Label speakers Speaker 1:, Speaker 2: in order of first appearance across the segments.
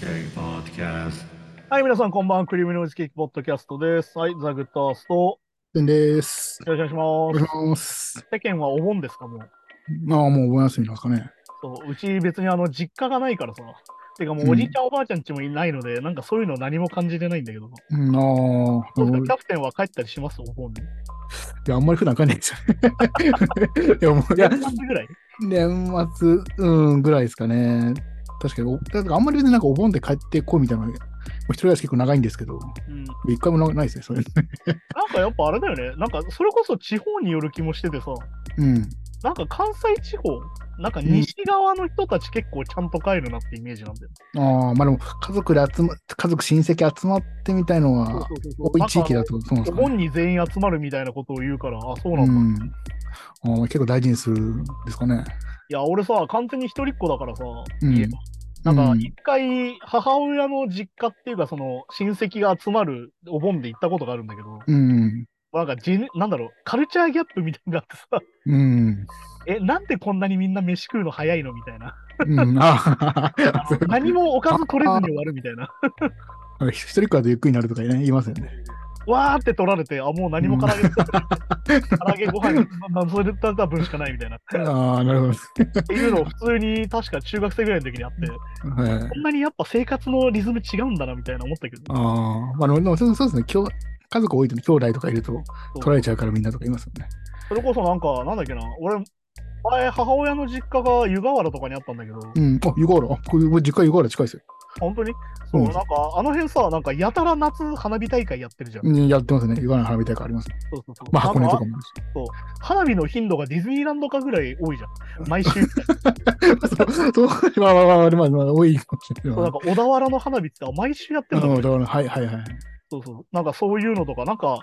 Speaker 1: Cake Podcast.
Speaker 2: はい、皆さん、こんばんは。クリームノイズケーキポッドキャストです。はい、ザ・グッドアースト。よ
Speaker 3: てんです。
Speaker 2: ろしくお願いし
Speaker 3: お
Speaker 2: ます。
Speaker 3: 願いします。
Speaker 2: 世間はお盆ですか、もう。
Speaker 3: まあ、もうお盆休みなんですかね。
Speaker 2: そう、うち別にあの、実家がないからさ。てかもう、おじいちゃん、おばあちゃんちもいないので、なんかそういうの何も感じてないんだけど。
Speaker 3: うん、ああ、
Speaker 2: どうです
Speaker 3: なるほ
Speaker 2: か
Speaker 3: ど
Speaker 2: キャプテンは帰ったりします、お盆に。
Speaker 3: いや、あんまり普段帰んないですよね。 いや、もう、いや
Speaker 2: 何時ぐらい
Speaker 3: 年末、うん、ぐらいですかね。確かに、おだからあんまり別になんかお盆で帰ってこいみたいな、もう一人暮らし結構長いんですけど、
Speaker 2: うん。なん
Speaker 3: 一回もなないですね、それ。
Speaker 2: かやっぱあれだよね。なんか、それこそ地方による気もしててさ。
Speaker 3: うん。
Speaker 2: なんか関西地方、なんか西側の人たち結構ちゃんと帰るなってイメージなんだよ。
Speaker 3: ああ、まあでも、家族で集ま、家族、親戚集まってみたいのは、
Speaker 2: そうそうそう
Speaker 3: 多い地域だと、そうなんで
Speaker 2: お
Speaker 3: すかね。
Speaker 2: 盆に全員集まるみたいなことを言うから、あ、そう
Speaker 3: う
Speaker 2: なんだ。い
Speaker 3: ん。あー結構大事にするんですかね。
Speaker 2: や、俺さ、完全に一人っ子だからさ、
Speaker 3: うん
Speaker 2: 家がなんか
Speaker 3: う、ん
Speaker 2: 一回、母親の実家っていうか、その、親戚が集まるお盆で行ったことがあるんだけど、
Speaker 3: うん。
Speaker 2: なんかじ、なんだろう、カルチャーギャップみたいになのがあって
Speaker 3: うん。
Speaker 2: さ、 え、なんでこんなにみんな飯食うの早いのみたいな。
Speaker 3: うん、 あ
Speaker 2: 何もおかず取れずに終わるみたい な。
Speaker 3: 一人っ子だとゆっくりになるとかね、言いますよね。
Speaker 2: わーって取られて、あ、もう何も唐揚げ作ら れて、唐揚げご飯ななそれだった分しかないみたいな。っ
Speaker 3: ああ、なるほ
Speaker 2: ていうのを普通に確か中学生ぐらいの時にあって、
Speaker 3: ど。はい、
Speaker 2: こんなにやっぱ生活のリズム違うんだなみたいな思ったけど、
Speaker 3: ああ、まあ、でもでもそうそうですね。今日家族多いとね兄弟とかいると
Speaker 2: う
Speaker 3: 取られちゃうからみんなとか言いますよね。
Speaker 2: それこそなんか、なんだっけな、俺、前、母親の実家が湯河原とかにあったんだけど、
Speaker 3: うん。あ、湯河原。あこれ僕実家湯河原近いですよ。
Speaker 2: 本当にそう、
Speaker 3: う
Speaker 2: なん
Speaker 3: ん
Speaker 2: か、あの辺さ、なんか、やたら夏花火大会やってるじゃん。
Speaker 3: うん、やってますね。湯河原花火大会あります。
Speaker 2: そうそうそう
Speaker 3: まあ、箱根と
Speaker 2: なん
Speaker 3: かもあるし。
Speaker 2: 花火の頻度がディズニーランドかぐらい多いじゃん。 毎週。
Speaker 3: そう、 そう、まあまあまあ、まあ、まあ、多いかもしれない。
Speaker 2: そうなんか、小田原の花火って、あ毎週やってる
Speaker 3: うん
Speaker 2: の、
Speaker 3: だからはいはいはい。
Speaker 2: そうそう。なんか、そういうのとか、なんか、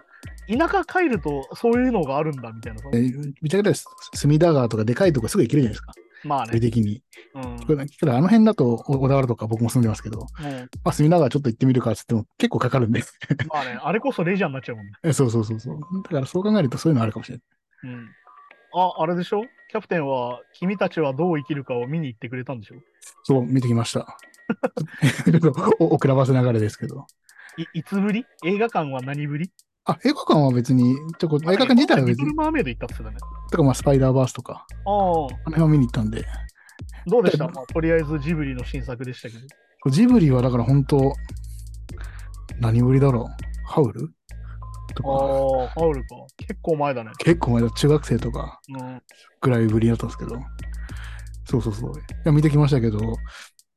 Speaker 2: 田舎帰ると、そういうのがあるんだみたいなさ。
Speaker 3: えーぶっちゃけたら隅田川とかでかいとこすぐ行けるじゃないですか。
Speaker 2: まあ
Speaker 3: 距離
Speaker 2: ね。
Speaker 3: 的に。
Speaker 2: うん。
Speaker 3: これだけどあの辺だとお小田原とか僕も住んでますけど、
Speaker 2: もう
Speaker 3: まあ、隅田川ちょっと行ってみるかっつっても結構かかるんで。
Speaker 2: まあね、あれこそレジャーになっちゃうもんね。
Speaker 3: えそうそうそうそう。だからそう考えるとそういうのあるかもしれない。
Speaker 2: うん。あ、あれでしょキャプテンは、君たちはどう生きるかを見に行ってくれたんでしょ
Speaker 3: そう、見てきました。ちょっと お遅らばせながらですけど。
Speaker 2: いいつぶり映画館は何ぶり
Speaker 3: あ、映画館は別に、ちょこ映画館自体は
Speaker 2: リ
Speaker 3: 別
Speaker 2: ト
Speaker 3: に
Speaker 2: ル、マーメイド行ったっつってたね。
Speaker 3: とかまあスパイダーバースとか、
Speaker 2: ああ、
Speaker 3: あの辺を見に行ったんで、
Speaker 2: どうでした、まあ、とりあえずジブリの新作でしたけど。
Speaker 3: ジブリはだから本当、何ぶりだろう、ハウルとか、
Speaker 2: ああ、ハウルか。結構前だね。
Speaker 3: 結構前だ、中学生とか
Speaker 2: うん。
Speaker 3: ぐらいぶりだったんですけど、そうそうそう。いや見てきましたけど、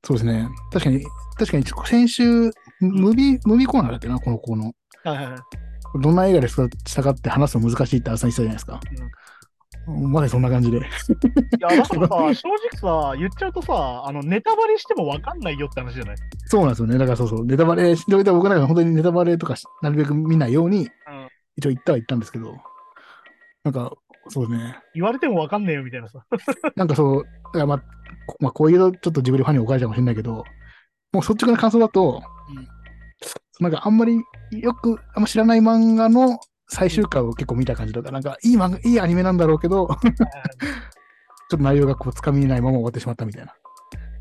Speaker 3: そうですね、確かに、確かにちょ先週、ムービー、ムービーコーナーだっけな、この子の。
Speaker 2: はいはいはい。
Speaker 3: どんな映画でしたかって話すの難しいって朝にしたじゃないですか。まさにそんな感じで。
Speaker 2: いや、だからさ、正直さ、言っちゃうとさ、あの、ネタバレしてもわかんないよって話じゃない
Speaker 3: そうなんですよね。だからそうそう。ネタバレ、で僕なんか本当にネタバレとかしなるべく見ないように、一応言ったは言ったんですけど、なんか、そうね。
Speaker 2: 言われてもわかんねえよみたいなさ。
Speaker 3: なんかそう、だからまあ、こまあ、こういうのちょっとジブリファンに怒られちゃうかもしれないけど、もう率直な感想だと、
Speaker 2: うん
Speaker 3: なんかあんまりよく、あんま知らない漫画の最終回を結構見た感じとか、なんかいい漫画、いいアニメなんだろうけど、 ちょっと内容がこう、つかみないまま終わってしまったみたいな。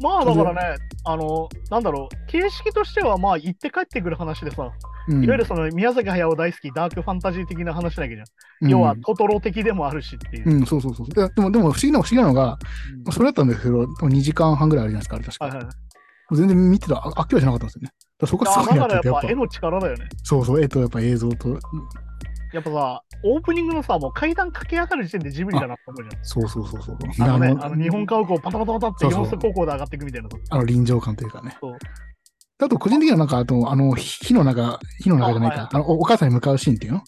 Speaker 2: まあだからね、あの、なんだろう、形式としては、まあ、行って帰ってくる話でさ、
Speaker 3: うん
Speaker 2: いわゆるその宮崎駿大好きダークファンタジー的な話だけじゃん。
Speaker 3: うん
Speaker 2: 要は、トトロ的でもあるしっていう
Speaker 3: う。ん、そうそうそう。ででも、でも不思議な不思議なのが、
Speaker 2: うん
Speaker 3: それだったんですけど、2時間半ぐらいあるじゃないですか、あ
Speaker 2: はい
Speaker 3: れ確か。
Speaker 2: はいはい
Speaker 3: 全然見てた、あ飽きはしなかったんですよね。だからそこがす
Speaker 2: あ
Speaker 3: ごい
Speaker 2: だ
Speaker 3: な
Speaker 2: か
Speaker 3: と思
Speaker 2: ら
Speaker 3: って、や
Speaker 2: や
Speaker 3: っ
Speaker 2: っぱ絵。の
Speaker 3: ぱ
Speaker 2: 力だよね。
Speaker 3: そうそう、絵とやっぱ映像と、うん
Speaker 2: やっぱさ、オープニングのさ、もう階段駆け上がる時点でジブリだなって思うじ
Speaker 3: そうそうそうそう。
Speaker 2: ゃん。あのね、
Speaker 3: あ
Speaker 2: あ
Speaker 3: の
Speaker 2: の日本家屋をパタパタパタって
Speaker 3: そうそう
Speaker 2: 四足高校で上がっていくみたいなさ。
Speaker 3: あの臨場感というかね。
Speaker 2: そう
Speaker 3: あと、個人的にはなんか、あと、あの、火の中、火の中じゃない
Speaker 2: あはい
Speaker 3: か、あのおお母さんに向かうシーンっていうの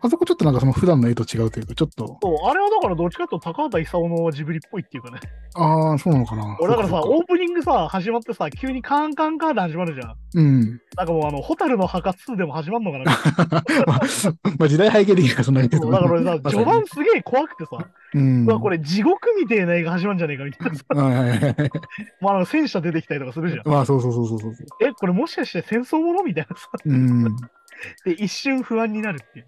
Speaker 3: あそこちょっとなんかその普段の絵と違うというか、ちょっと、
Speaker 2: そう、あれはだからどっちかというと高畑勲のジブリっぽいっていうかね。
Speaker 3: ああ、そうなのかな。
Speaker 2: 俺だからさ、
Speaker 3: そっそっ
Speaker 2: オープニングさ、始まってさ、急にカンカンカンって始まるじゃん。
Speaker 3: うん。
Speaker 2: なんかもうあの、ホタルの墓2でも始まるのかな。
Speaker 3: まあ、まあ時代背景的にはそんなにけ
Speaker 2: そう
Speaker 3: ど
Speaker 2: だから俺さ、
Speaker 3: まさ
Speaker 2: 序
Speaker 3: に
Speaker 2: 盤すげえ怖くてさ、
Speaker 3: うん。
Speaker 2: うわ、これ地獄みてえな映画始まるんじゃねえかみたいなさ。
Speaker 3: はいはいはいはい。
Speaker 2: まああの、戦車出てきたりとかするじゃん。
Speaker 3: まあ、そうそうそうそうそう。
Speaker 2: え、これもしかして戦争ものみたいなさ。
Speaker 3: うん。うん
Speaker 2: で、一瞬不安になるっていう。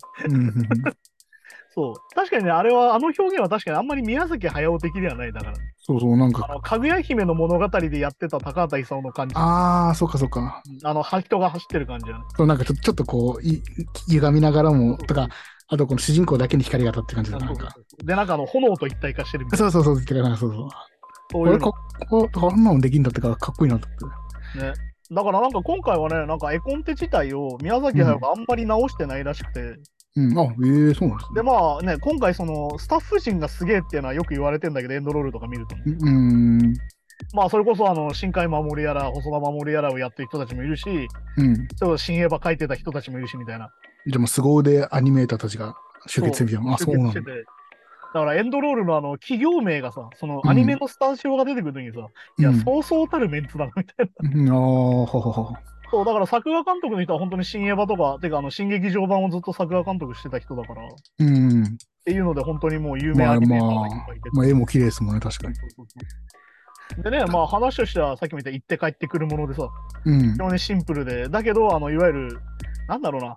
Speaker 2: そう。確かにね、あれは、あの表現は確かにあんまり宮崎駿的ではない。だから、
Speaker 3: そうそう、なん
Speaker 2: あ
Speaker 3: か、
Speaker 2: の、かぐや姫の物語でやってた高畑勲の感じ。あ
Speaker 3: ああ、そうかそうか。
Speaker 2: の、は人が走ってる感じだね。
Speaker 3: そうなんかちょちょっとこう、い歪みながらも、とか、あとこの主人公だけに光が当たって感じ
Speaker 2: そ
Speaker 3: だ
Speaker 2: う
Speaker 3: な
Speaker 2: そ
Speaker 3: な
Speaker 2: うんそう
Speaker 3: か。
Speaker 2: そうで、なんかあの、炎と一体化してるみたいな。
Speaker 3: そうそうそう、言ってるなんかそうそう。
Speaker 2: そうい
Speaker 3: 俺
Speaker 2: う
Speaker 3: か
Speaker 2: の。
Speaker 3: っ こ、こんなのできんだってからかっこいいなと思って。
Speaker 2: ね。だからなんか今回はね、なんか絵コンテ自体を宮崎駿があんまり直してないらしくて、
Speaker 3: うん、あ、ええそうなんです
Speaker 2: でまあね、今回そのスタッフ陣がすげえっていうのはよく言われてんだけど、エンドロールとか見るとね、
Speaker 3: ね。うーん、
Speaker 2: まあそれこそあの深海守やら細田守やらをやってる人たちもいるし、
Speaker 3: うん。
Speaker 2: ちょっと新エヴァ書いてた人たちもいるしみたいな。
Speaker 3: でも、凄腕アニメーターたちが集結してみたいな。あ、そうなん
Speaker 2: 集結して
Speaker 3: だ。
Speaker 2: てだからエンドロールのあの企業名がさ、そのアニメのスタンシオが出てくるときにさ、いや、
Speaker 3: うん
Speaker 2: そうそうたるメンツだなみ たいな。
Speaker 3: うん、ああ、ほほほ。
Speaker 2: そう、だから作画監督の人は本当に新エヴァとか、てかあの新劇場版をずっと作画監督してた人だから、っ
Speaker 3: うん。
Speaker 2: ていうので本当にもう有名アニメーターがいっぱいいてて
Speaker 3: まあ、絵も綺麗ですもんね、確かに。
Speaker 2: でね、まあ話としてはさっきみたいに行って帰ってくるものでさ、
Speaker 3: うん
Speaker 2: 非。常にシンプルで、だけど、あのいわゆる、なんだろうな、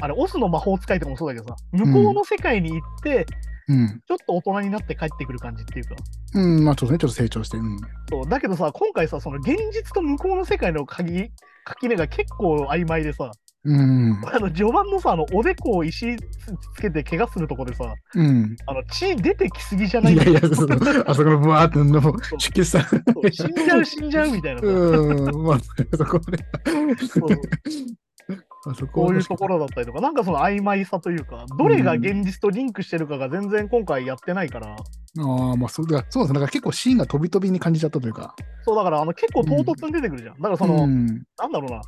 Speaker 2: あれ、オスの魔法使いとかもそうだけどさ、向こうの世界に行って、
Speaker 3: うん。
Speaker 2: ちょっと大人になって帰ってくる感じっていうか、
Speaker 3: うん、まあ、ちょっとね、ちょっと成長して。うん。
Speaker 2: そうだけどさ、今回さ、その現実と向こうの世界の鍵、垣根が結構曖昧でさ、
Speaker 3: うん。
Speaker 2: あの序盤のさ、あのおでこを石つつけて怪我するとこでさ、
Speaker 3: うん。
Speaker 2: あの血出てきすぎじゃない
Speaker 3: いやいや、そうあそこのブワーって、もう出血した。
Speaker 2: そう死んじゃう、死んじゃうみたいなさ。
Speaker 3: うん、まあ、そこで。
Speaker 2: そう
Speaker 3: あそこ
Speaker 2: こういうところだったりとか、なんかその曖昧さというか、どれが現実とリンクしてるかが全然今回やってないから、
Speaker 3: ああ、まあ、そうだ、そうですね。だから結構シーンが飛び飛びに感じちゃったというか。
Speaker 2: そうだからあの結構唐突に出てくるじゃん。だからその、
Speaker 3: うん、
Speaker 2: なんだろうな、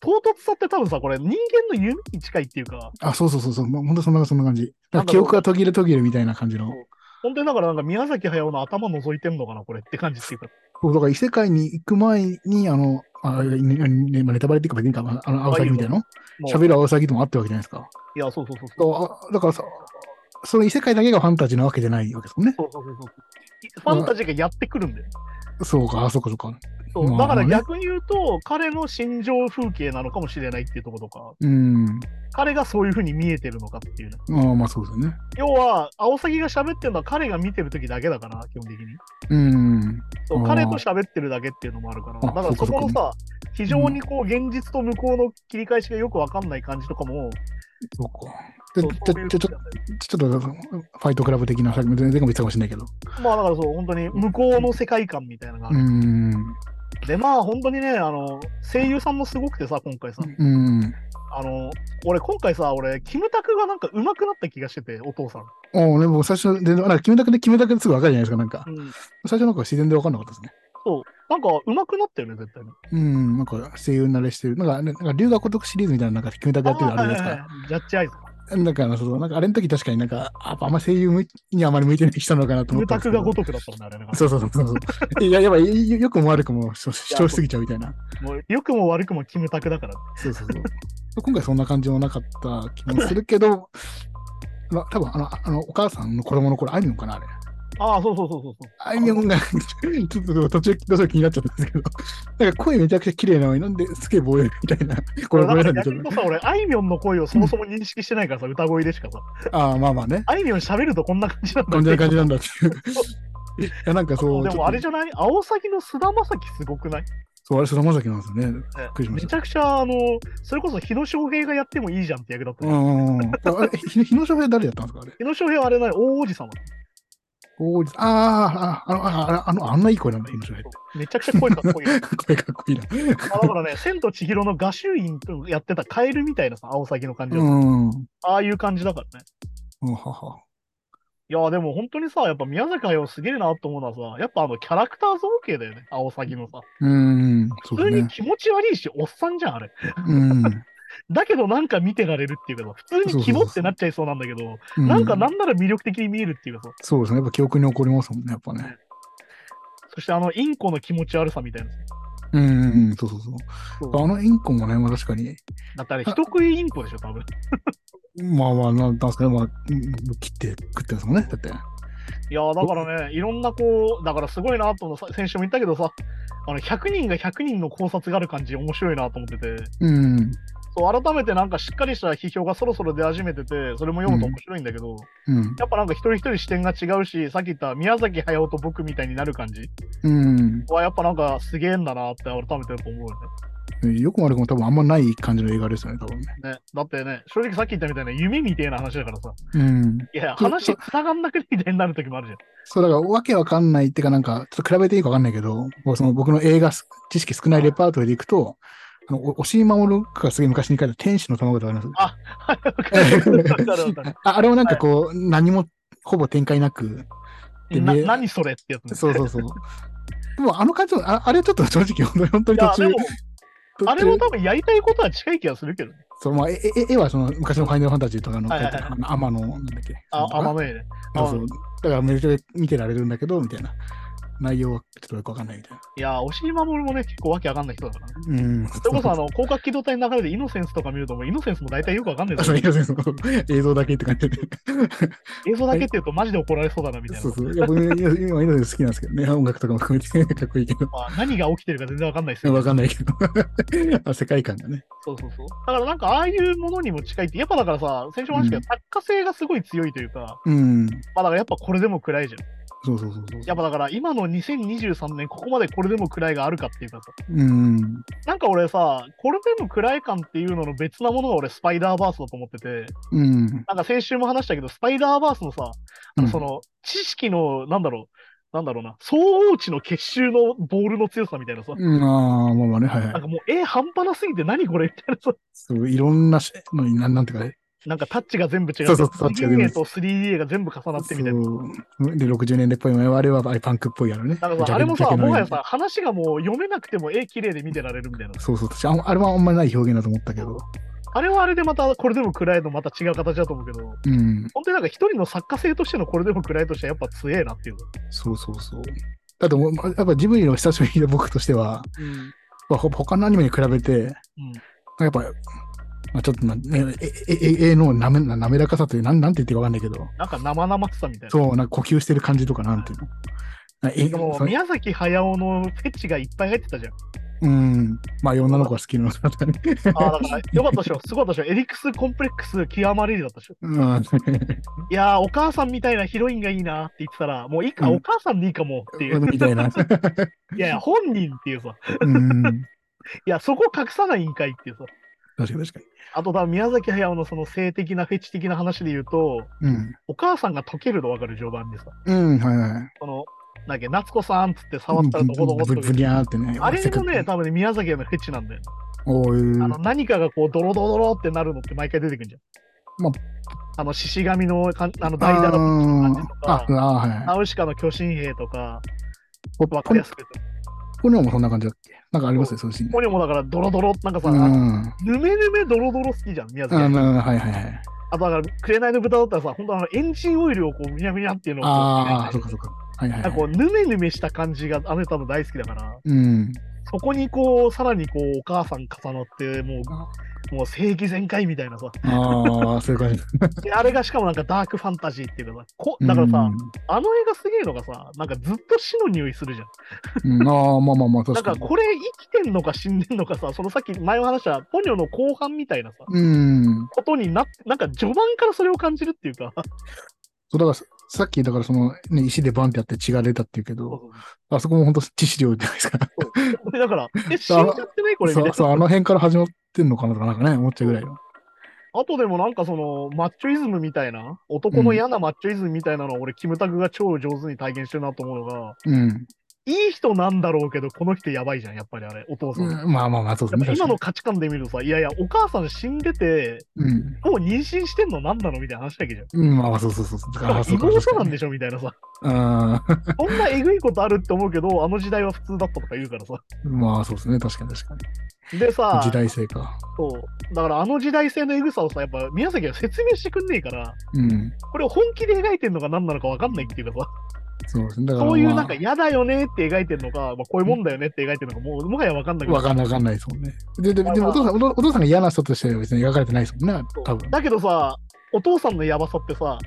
Speaker 2: 唐突さって多分さ、これ人間の夢に近いっていうか、
Speaker 3: あ、そうそうそうそう、まあ、本当そんなそんな感じ。だから記憶が途切れ途切れみたいな感じの。
Speaker 2: 本当にだからなんか宮崎駿の頭覗いてんのかな、これって感じって いうか、
Speaker 3: そう、だから異世界に行く前に、あの、あねねまあネタバレっていうか別にいいか、まああの、アオサギみたいなの
Speaker 2: もう
Speaker 3: 喋るアオサギともあったわけじゃないですか。
Speaker 2: いや、そうそうそうそう。
Speaker 3: そうあだからさ、その異世界だけがファンタジーなわけじゃないわけですもんね。
Speaker 2: そうそうそうそうファンタジーがやってくるんだよ。
Speaker 3: そうか、あ、そうか、そうか。
Speaker 2: そう
Speaker 3: まあ
Speaker 2: だから
Speaker 3: ね
Speaker 2: 逆に言うと、彼の心情風景なのかもしれないっていうところとか、
Speaker 3: うん。
Speaker 2: 彼がそういうふうに見えてるのかっていうね。
Speaker 3: まあまあ、そうですよね。
Speaker 2: 要は、アオサギが喋ってるのは彼が見てる時だけだから、基本的に。
Speaker 3: うん。
Speaker 2: そ
Speaker 3: あ
Speaker 2: う
Speaker 3: ー
Speaker 2: 彼と喋ってるだけっていうのもあるから、
Speaker 3: あ
Speaker 2: だからそこの
Speaker 3: そう
Speaker 2: さ、非常にこう、現実と向こうの切り返しがよくわかんない感じとかも、
Speaker 3: そうか。で
Speaker 2: そう
Speaker 3: じゃ
Speaker 2: そういう
Speaker 3: じゃちょちょっと、ファイトクラブ的な、さっきも全然別かもしれないけど。
Speaker 2: まあだからそう、本当に向こうの世界観みたいなのがあ
Speaker 3: う
Speaker 2: る。
Speaker 3: ん。
Speaker 2: で、まあ本当にね、あの、声優さんもすごくてさ、今回さ、
Speaker 3: うん。
Speaker 2: あの、俺今回さ、俺、キムタクがなんか上手くなった気がしてて、お父さん。
Speaker 3: ああ、ね、僕最初、でなんか決めたくで決めたくですぐ分かるじゃないですか、なんか。
Speaker 2: うん、
Speaker 3: 最初なんか自然で分かんなかったですね。
Speaker 2: そう、なんか上手くなったよね、絶対に。
Speaker 3: うん、なんか声優慣れしてる。なんか、なんか龍が如くシリーズみたいな、なんか決めたくやってるのあれじゃない
Speaker 2: あーはい
Speaker 3: で
Speaker 2: はいはいジャッジアイズか。
Speaker 3: すか。なんかあの、そのなんかあれの時確かになんか、ああんま声優向いにあまり向いてない人なのかなと
Speaker 2: キ
Speaker 3: 思
Speaker 2: ム
Speaker 3: ったん
Speaker 2: タ
Speaker 3: ですけ
Speaker 2: ク
Speaker 3: ど。
Speaker 2: がごとくだったもんね、あれね。
Speaker 3: そうそうそうそうそう。いや、やっぱよよくも悪くも主主張しすぎちゃうみたいな。
Speaker 2: もう良くも悪くもキムタクだから。
Speaker 3: そうそうそう。今回そんな感じもなかった気もするけど、 まあ、多分あの、あの、お母さんの子供の頃、あいみょんかな、あれ。
Speaker 2: ああ、そうそうそうそうそう。
Speaker 3: あいみょんが、 ちょっと途中、途中気になっちゃったんですけど、なんか声めちゃくちゃ綺麗なのに、なんですげえ防衛みたいな。これごめん
Speaker 2: だから
Speaker 3: なさいね、
Speaker 2: 逆
Speaker 3: ちょっ
Speaker 2: にさ、俺、あいみょんの声をそもそも認識してないからさ、歌声でしかさ、
Speaker 3: と。ああ、まあまあね。
Speaker 2: あいみょん喋るとこんな感じなんだ
Speaker 3: こんな感じなんだっていう。いや、なんかそう、
Speaker 2: でもあれ
Speaker 3: ちょっと
Speaker 2: じゃないアオサギの菅田将暉すごくない、
Speaker 3: そう、あれ、菅田将暉なんですよね。びっくりしま
Speaker 2: め
Speaker 3: し
Speaker 2: ち
Speaker 3: た。
Speaker 2: ゃくちゃ、あの、それこそ日野翔平がやってもいいじゃんって役だった
Speaker 3: う
Speaker 2: よ。
Speaker 3: んうんうん。あれ、ひ日野翔平誰やったんですか、あれ。
Speaker 2: 日野翔平はあれな大王子様。
Speaker 3: おーあーあー、あの、あああの、あんないい声なんだ、日野翔平って。
Speaker 2: めちゃくちゃ声かっこいい。あ
Speaker 3: 声かっこいいな。
Speaker 2: だからね、千と千尋の画集院とやってたカエルみたいなさ、アオサギの感じだった、
Speaker 3: うん。
Speaker 2: ああいう感じだからね。
Speaker 3: うんははい
Speaker 2: やーでも本当にさ、やっぱ宮崎駿すげえなと思うのはさ、やっぱあのキャラクター造形だよね、アオサギのさ。
Speaker 3: うん。そう
Speaker 2: 普通
Speaker 3: だ
Speaker 2: に
Speaker 3: ね。
Speaker 2: 気持ち悪いし、おっさんじゃん、あれ。
Speaker 3: うん。
Speaker 2: だけどなんか見てられるっていうかさ、普通にキモってなっちゃいそうなんだけど、
Speaker 3: う
Speaker 2: なんかなんなら魅力的に見えるっていうかさ、
Speaker 3: そうですね。やっぱ記憶に残りますもんね、やっぱね。
Speaker 2: そしてあのインコの気持ち悪さみたいな。
Speaker 3: うんうんうん、そうそうそう。あのインコもね、まあ確かに、
Speaker 2: だってあれ、人食いインコでしょ、多分。
Speaker 3: まあまあ、なんなんすかね、まあ、うん切って食ってますもんね、だっ て。
Speaker 2: いやーだからね、いろんなこう、だからすごいなと思うさ、先週も言ったけどさ、あの100人が100人の考察がある感じ、面白いなと思ってて、
Speaker 3: うん。
Speaker 2: そう改めてなんかしっかりした批評がそろそろ出始めてて、それも読むと面白いんだけど、
Speaker 3: うん。
Speaker 2: やっぱなんか一人一人視点が違うし、さっき言った宮崎駿と僕みたいになる感じ
Speaker 3: うん。
Speaker 2: はやっぱなんかすげえんだなって改めてやっぱ思うよね。
Speaker 3: よくも悪くも多分あんまない感じの映画ですよね、多分ね。
Speaker 2: ね、だってね、正直さっき言ったみたいな夢みたいな話だからさ、
Speaker 3: うん。
Speaker 2: いや、
Speaker 3: そう
Speaker 2: 話繋がんなくねみたいになる時もあるじゃん。
Speaker 3: そう、だから、わけわかんないっていうか、なんか、ちょっと比べていいかわかんないけど、もうその僕の映画す知識少ないレパートリーでいくと、あの、お押井守がすげえ昔に書いた天使の卵とかあります。
Speaker 2: はい、わかるわかるわかる
Speaker 3: ああ れもなんかこう、何もほぼ展開なく、で
Speaker 2: な
Speaker 3: ね
Speaker 2: 何 それってやつね。
Speaker 3: そうそうそう。でもあの感じも、ああれちょっと正直、本当に本当に
Speaker 2: いや、
Speaker 3: 途
Speaker 2: で
Speaker 3: 中
Speaker 2: も、、あれも多分やりたいことは近い気がするけどね。
Speaker 3: そう、まあ、ええ絵はその昔のファイナルファンタジーとかの、
Speaker 2: はいはいはい
Speaker 3: あの天野、なんだっけ。
Speaker 2: あ、
Speaker 3: な
Speaker 2: 甘
Speaker 3: んだか
Speaker 2: めね。
Speaker 3: な
Speaker 2: あ
Speaker 3: そうそう。だから、めちゃくちゃ見てられるんだけど、みたいな。内容はちょっとよくわかんないみたいな。
Speaker 2: いや、押井守もね、結構わけわかんない人だからね。
Speaker 3: うん。
Speaker 2: それこそ、あの、広角機動隊の流れでイノセンスとか見ると、もうイノセンスも大体よくわかんない
Speaker 3: あ
Speaker 2: です
Speaker 3: そ
Speaker 2: よ
Speaker 3: ういやそうそう映像だけって感じで。
Speaker 2: 映像だけって言うとマジで怒られそうだな、みたい
Speaker 3: そ
Speaker 2: な
Speaker 3: う。そう。いや、僕、いや今、犬好きなんですけどね。音楽とかも含めて、かっこいいけど。
Speaker 2: まあ、何が起きてるか全然わかんないですよ、
Speaker 3: わかんないけど。 あ世界観がね。
Speaker 2: そうそうそう。だからなんか、ああいうものにも近いって、やっぱだからさ、先週も話したけど、作家性がすごい強いというか、
Speaker 3: うん。
Speaker 2: まあだからやっぱこれでも暗いじゃん。
Speaker 3: そうそうそうそう。
Speaker 2: やっぱだから今の2023年、ここまでこれでも暗いがあるかっていうかさ、
Speaker 3: うん。
Speaker 2: なんか俺さ、これでも暗い感っていうのの別なものが俺、スパイダーバースだと思ってて、
Speaker 3: うん。
Speaker 2: なんか先週も話したけど、スパイダーバースのさ、あのその知識の、なんだろう、なんだろうな、総合値の結集のボールの強さみたいなさ、
Speaker 3: うん、ああ、まあまあね、はい
Speaker 2: な
Speaker 3: は
Speaker 2: ん
Speaker 3: い。
Speaker 2: かもう絵半端なすぎて何これみたいなさ、
Speaker 3: そういろんなし、のになんなんていうかね。
Speaker 2: なんかタッチが全部違って、
Speaker 3: そうそうタッチが全部
Speaker 2: 2D と 3D が全部重なってみたいな。
Speaker 3: そう。で、60年代っぽいもの、あれはあれパンクっぽいやろね。
Speaker 2: なんかさ、
Speaker 3: ジャケ
Speaker 2: あれも
Speaker 3: ジャ
Speaker 2: さ、
Speaker 3: ケの
Speaker 2: もはやさ、話がもう読めなくても絵綺麗で見てられるみたいな。
Speaker 3: そうそう。私あんあれはあんまりない表現だと思ったけど。
Speaker 2: あれはあれでまた、これでも暗いのまた違う形だと思うけど、
Speaker 3: うん。
Speaker 2: 本当になんか一人の作家性としてのこれでも暗いとしてはやっぱ強えなっていう。
Speaker 3: そうそうそう。だってもう、やっぱジブリの久しぶりの僕としては、
Speaker 2: うん。
Speaker 3: まあ、ほ他のアニメに比べて、やっぱ、まあ、ちょっとな、ね、ええええのなめな滑らかさという、なんなんて言っていいかわかんないけど、
Speaker 2: なんか生々しさみたいな。
Speaker 3: そう、なんか呼吸してる感じとか、なんていうの。なえ
Speaker 2: でも
Speaker 3: そう
Speaker 2: 宮崎駿のフェチがいっぱい入ってた じゃん。
Speaker 3: うん、まあ、女の子が好きなのとかね。
Speaker 2: ああ、だ からよかったでしょ。すごかったでしょ。エリクスコンプレックス極まれりだったでしょ。
Speaker 3: うん、
Speaker 2: いやー、お母さんみたいなヒロインがいいなって言ってたら、もういいか、
Speaker 3: うん
Speaker 2: お母さんでいいかもっていう。
Speaker 3: みたいな。
Speaker 2: いやいや、本人っていうさ。
Speaker 3: うん、確
Speaker 2: いや、そこ隠さないんかいっていうさ。
Speaker 3: かに確か
Speaker 2: あと、宮崎駿のその性的なフェチ的な話で言うと、
Speaker 3: に。うん、
Speaker 2: お母さんが溶けるの分かる序盤でさ、
Speaker 3: うん、はいはい。
Speaker 2: この、なんだっけ、夏子さんっつって触ったらどこどこっ
Speaker 3: ぶ
Speaker 2: と
Speaker 3: ぶぶにゃーってね。
Speaker 2: あれもね、多分ね、宮崎のフェチなんだよ。
Speaker 3: おー
Speaker 2: あの何かがこう、ドロドロドロってなるのって毎回出てくるじゃん。
Speaker 3: ま
Speaker 2: あの、獅子神のかんあの
Speaker 3: あ
Speaker 2: 代打の
Speaker 3: ー
Speaker 2: と
Speaker 3: あ
Speaker 2: か、
Speaker 3: あ、はい。
Speaker 2: ナウシカの巨神兵とか、
Speaker 3: ポ
Speaker 2: わかりや
Speaker 3: ポ
Speaker 2: すくて。
Speaker 3: ポニョもそんな感じだっけなんかありますね、そういうシーン
Speaker 2: ここにもだから、ドロドロ、なんかさ、
Speaker 3: うん。
Speaker 2: ぬめぬめドロドロ好きじゃん、宮崎。
Speaker 3: あ
Speaker 2: あ
Speaker 3: の、はいはいはい。
Speaker 2: とだから、紅の豚だったらさ、本当あの、エンジンオイルをこう、みゃみゃっていうのをこう
Speaker 3: ああ、そうかそうか。はいはい
Speaker 2: な
Speaker 3: は
Speaker 2: んかこ
Speaker 3: い。
Speaker 2: う、ぬめぬめした感じがあなたの大好きだから、
Speaker 3: うん。
Speaker 2: そこにこう、さらにこう、お母さん重なって、も
Speaker 3: あ
Speaker 2: う、もう正義全開みたいなさ。
Speaker 3: ああ、そういう感じ。
Speaker 2: で、あれがしかもなんかダークファンタジーっていうかさ、こだからさ、あの映画すげえのがさ、なんかずっと死の匂いするじゃん。
Speaker 3: うん、うん、ああ、まあまあま
Speaker 2: な
Speaker 3: あ、
Speaker 2: ん
Speaker 3: 確か
Speaker 2: か
Speaker 3: に。
Speaker 2: これ生きてんのか死んでんのかさ、そのさっき前も話したポニョの後半みたいなさ、
Speaker 3: うん。
Speaker 2: ことになって、なんか序盤からそれを感じるっていうか、
Speaker 3: そうだからささっき、だからその、ね、石でバンってやって血が出たっていうけど、あそこも本当致死量じゃないで すか。
Speaker 2: でだ から、え、死んじゃってないこれみたいな
Speaker 3: そう、。そうあの辺から始まってんのかなとか、なんかね、思っちゃうぐらいの。
Speaker 2: あとでもなんかそのマッチョイズムみたいな、男の嫌なマッチョイズムみたいなのを俺、キムタクが超上手に体現してるなと思うのが、
Speaker 3: うん。
Speaker 2: いい人なんだろうけど、この人やばいじゃん、やっぱりあれ、お父さん。やっ
Speaker 3: まあまあまあ、そうです
Speaker 2: ぱ
Speaker 3: ね。
Speaker 2: 今の価値観で見るとさ、いやいや、お母さん死んでて、
Speaker 3: うん。
Speaker 2: もう妊娠してんのなんなのみたいな話だけじゃん。
Speaker 3: うん、まあまあ、そうそうそうそう。だからあ
Speaker 2: し
Speaker 3: そう
Speaker 2: かも
Speaker 3: か
Speaker 2: 妹なん
Speaker 3: 確
Speaker 2: でしょみたいなさ、
Speaker 3: かに
Speaker 2: そんなえぐいことあるって思うけど、あの時代は普通だったとか言うからさ。
Speaker 3: うん。 まあ、そうですね。確かに確か
Speaker 2: でさ
Speaker 3: に。、時代性か。
Speaker 2: そうだからあの時代性のえぐさをさ、やっぱ宮崎は説明してくんねえから、
Speaker 3: うん。
Speaker 2: これを本気で描いてんのか何なのか分かんないっていうかさ。
Speaker 3: そうですね。だから、
Speaker 2: そういうなん
Speaker 3: ま
Speaker 2: か
Speaker 3: あ
Speaker 2: 嫌だよねって描いてるのか、まあ、こういうもんだよねって描いてるのか、もうもはや分かんない
Speaker 3: わかんないわかんないですもんね。で、で
Speaker 2: まあ
Speaker 3: でも
Speaker 2: まあ
Speaker 3: お父さん、お父お父さんが嫌な人としては別に描かれてないですもんね、多分。
Speaker 2: だけどさ、お父さんのやばさってさ、